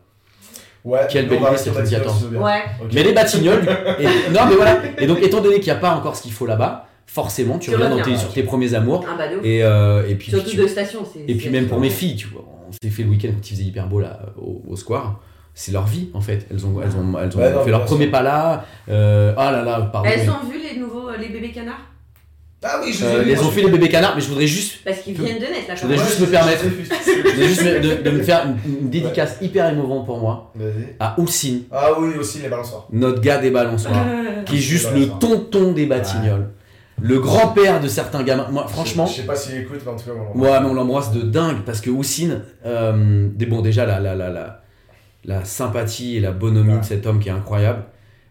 D: Ouais,
C: Quelle
D: nous,
C: belle
D: on va
C: idée,
D: rester
C: cette
D: au Batignolles,
C: idée,
D: si tu veux bien.
B: Ouais.
D: Ok.
C: Mais les Batignolles, et, non mais voilà. Et donc étant donné qu'il n'y a pas encore ce qu'il faut là-bas, forcément tu
B: Tu
C: reviens dans
B: reviens,
C: tes-
B: ouais.
C: sur tes premiers amours.
B: Ah bah de ouf.
C: Et, euh, et puis,
B: Surtout
C: tu-
B: deux stations, c'est.
C: et puis
B: c'est
C: même pour mes
B: absolument-
C: filles, tu vois, on s'est fait le week-end quand il faisait hyper beau là au, au square. C'est leur vie en fait. Elles ont, elles ont, elles ont
D: Bah non,
C: fait leur
D: bien
C: premier
D: sûr.
C: pas là. Euh, ah là là, pardon.
B: Elles
C: mais-
B: ont vu les nouveaux, euh, les bébés canards
D: Ah oui, je
C: Euh,
D: ai
C: les
D: vus, moi,
C: ont fait les bébés canards, mais je voudrais juste,
B: Parce qu'ils viennent de naître, là.
C: Je
B: quand
C: voulais
B: même.
C: juste
D: je-
C: me permettre.
D: je refuse.
C: je voudrais juste me- de, de me faire une, une dédicace hyper émouvante pour moi
D: Vas-y.
C: à Oussine,
D: Ah oui, aussi les balançoires.
C: notre gars des balançoires,
B: Euh,
C: qui est juste le tonton des Batignolles, le grand-père de certains gamins. Moi, Ah, franchement,
D: Je je sais pas s'il écoute, mais en tout cas, on
C: Moi, mais on l'embrasse de dingue parce que Houssine, euh, des- bon, déjà la, la, la, la, la sympathie et la bonhomie
D: Ouais.
C: de cet homme qui est incroyable,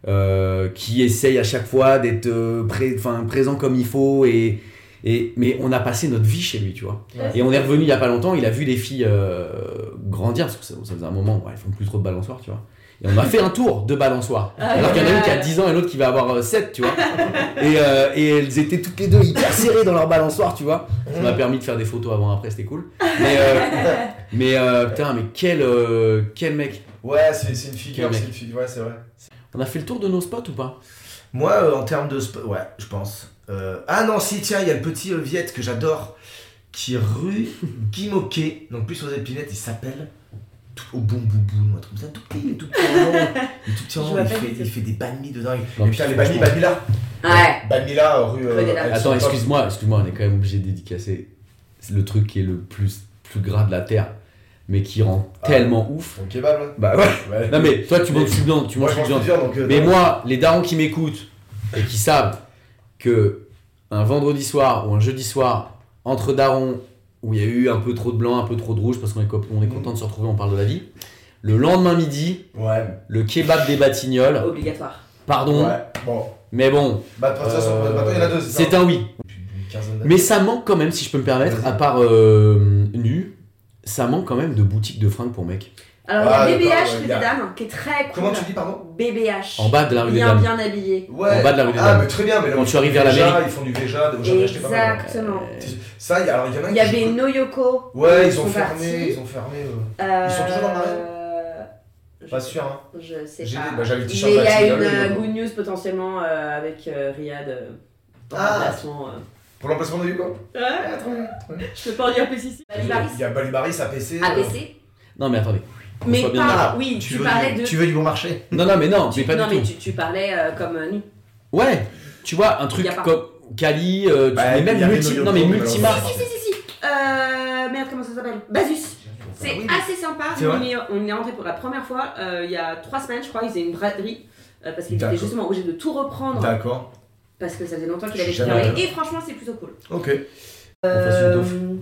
C: euh, qui essaye à chaque fois d'être euh, pré- enfin, présent comme il faut. Et, et, mais on a passé notre vie chez lui, tu vois.
D: Ouais.
C: Et on est revenu il y a pas longtemps, il a vu les filles euh, grandir parce que ça, ça faisait un moment, ouais, elles font plus trop de balançoires, tu vois. Et on a fait un tour de balançoire.
B: Ah,
C: Alors qu'il y en a une qui a
B: ouais.
C: 10 ans et l'autre qui va avoir euh, 7, tu vois. Et, euh, et elles étaient toutes les deux hyper serrées dans leur balançoire, tu vois. Ça m'a permis de faire des photos avant après, c'était cool. Mais, euh, mais euh, putain, mais quel, euh, quel mec.
D: Ouais, c'est c'est une
C: Quel
D: figure,
C: mec.
D: c'est une figure, ouais, c'est vrai.
C: On a fait le tour de nos spots ou pas
F: Moi, euh, en termes de. sp- Ouais, je pense. Euh, Ah non, si, tiens, il y a le petit euh, Viette que j'adore, qui est rue Guimauquet, donc plus aux épinettes, il s'appelle. Tout- Au bon bouboune, ou un truc comme ça, tout petit, il est tout petit en rond, il est tout petit en
B: Je
F: rond,
B: vois
F: il
B: pas
F: fait,
B: du tout.
F: il fait des banh mi de dingue.
C: Non,
F: Et
D: Putain,
F: putain,
D: les
F: les
D: Bami,
F: banh
D: Bamila.
B: Ouais.
D: Bamila, rue. euh,
B: Prenez-la.
D: elles sont
C: Attends,
D: top.
C: excuse-moi, excuse-moi, on est quand même obligé de dédicacer le truc qui est le plus, plus gras de la terre, mais qui rend
D: Ah.
C: tellement ouf.
D: Au kebab,
F: hein.
D: là.
C: Bah ouais.
D: Ouais.
C: Non mais toi, tu
D: Mais-
C: manges du blanc, tu
D: Moi,
C: manges
D: je
C: du
D: mange
C: blanc.
D: plusieurs, donc. euh,
C: Mais
D: non.
C: moi, les darons qui m'écoutent et qui savent que un vendredi soir ou un jeudi soir, entre darons, où il y a eu un peu trop de blanc, un peu trop de rouge, parce qu'on est, cop- on est content de se retrouver, on parle de la vie, le lendemain midi,
D: Ouais.
C: le kebab des Batignolles,
B: Obligatoire.
C: pardon,
D: Ouais. Bon.
C: mais bon,
D: Bah, de toute façon,
C: euh,
D: maintenant, il y en a deux. ça
C: c'est un oui.
F: hein.
D: Depuis une quinzaine d'années.
C: Mais ça manque quand même, si je peux me permettre, à
D: Vas-y.
C: part euh, nu, ça manque quand même de boutiques de fringues pour mecs.
B: Alors,
D: Ah,
B: il y a
D: d'accord,
B: BBH,
D: ouais,
B: rue
D: il
B: des
D: y a-
B: dames, qui est très cool.
D: Comment tu dis, pardon
B: BBH.
C: En bas de la rue des
B: Bien,
C: Dames.
B: bien habillé.
D: Ouais.
C: En bas de la rue des
D: Ah,
C: Dames.
D: mais très bien, mais là,
C: Quand
D: où
C: tu
D: ils
C: arrives
D: font
C: vers
D: du
C: l'Amérique.
D: Véja, Ils font du Véja, de- j'en ai acheté pas mal. hein.
B: Exactement.
D: Ça, il y, a- alors, il y en a un
B: Il y
D: qui-
B: avait Noyoko.
D: Ouais, ils ont
B: partis.
D: fermé, ils ont fermé. euh,
B: Euh,
D: Ils sont toujours dans la rue
B: euh, je-
D: Pas sûr, hein.
B: Je sais
D: J'ai
B: pas.
D: des- bah, j'avais le
B: Mais
D: t-shirt
B: il y a
D: Batignolles,
B: une euh,
D: donc.
B: good news potentiellement euh, avec euh, Riyad euh, dans
D: Ah.
B: la relation. euh.
D: Pour l'emplacement de Hugo
B: Ouais, Ah, je peux pas en dire plus ici.
D: Il y a Balibaris, APC. euh,
B: APC
C: Non mais attendez. qu'on
B: Mais
C: soit bien
B: pas-
C: d'accord.
B: Ah, oui, tu
F: veux
B: parlais
F: du,
B: de-
F: tu veux du bon marché
C: Non, non mais non, mais
B: tu,
C: pas
B: non,
C: du
B: mais
C: tout.
B: tu, tu parlais euh, comme euh, nous.
C: Ouais, tu vois, un truc
B: Y a pas.
C: comme Kali, euh, tu-
F: Bah,
C: mais
F: y
C: même
F: avait
C: multi,
F: nos
C: non, mais
F: locaux,
C: multimarque.
F: mais
B: Ah, Si, si, si, si. Euh, merde, comment ça s'appelle Basus.
D: Ah
B: C'est
F: Oui.
B: assez sympa.
F: C'est
B: Nous,
F: vrai
B: on, y est, on y est rentré pour la première fois euh, il y a trois semaines, je crois. Ils faisaient une braderie euh, parce qu'ils étaient
D: D'accord.
B: justement obligés de tout reprendre
F: D'accord.
B: parce que ça faisait longtemps qu'ils avaient
D: Jamais.
B: fermé. Et franchement, c'est plutôt cool.
F: Ok.
D: fasse une dof.
B: Euh,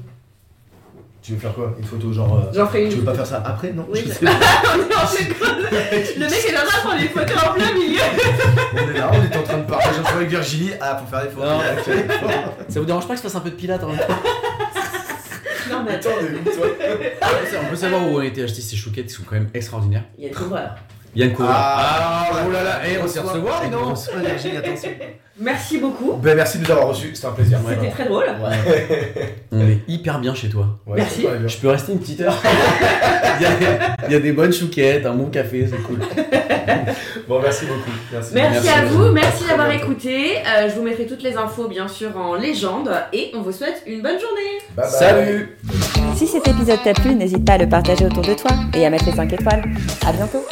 F: Tu veux faire quoi Une photo genre. euh,
B: J'en ferai
F: Tu
B: une.
F: veux pas faire ça après Non
B: Oui,
F: Je
B: je-
F: sais pas.
B: Le mec est là train de prendre des photos en plein milieu.
F: On est là, on est en train de parler. Je suis avec Virginie. Ah, pour faire des photos.
C: Non. Ça vous dérange pas que je fasse un peu de hein pilates en même temps
B: Non, mais attends.
D: Attends, mais où, toi
C: On peut savoir où on a été acheter ces chouquettes qui sont quand même extraordinaires.
B: Il y a une couvreur.
C: Yann Couvreur.
F: Ah,
C: oulala, eh, on s'est recevoir, non
F: On se Virginie, attention.
B: Merci beaucoup.
D: Ben, merci de nous avoir reçus, c'était un plaisir.
B: C'était très drôle.
C: On est hyper bien chez toi.
D: Ouais,
B: Merci.
D: c'est pas bien.
C: Je peux rester une petite heure. Il y, a, il y a des bonnes chouquettes, un bon café, c'est cool.
D: Bon, merci beaucoup. Merci,
B: Merci,
C: Merci
B: à
C: beaucoup.
B: vous, merci
D: À
B: d'avoir
D: bientôt.
B: écouté. Euh, je vous mettrai toutes les infos bien sûr en légende et on vous souhaite une bonne journée.
D: Bye bye.
C: Salut
A: Si cet épisode t'a plu, n'hésite pas à le partager autour de toi et à mettre les 5 étoiles. À bientôt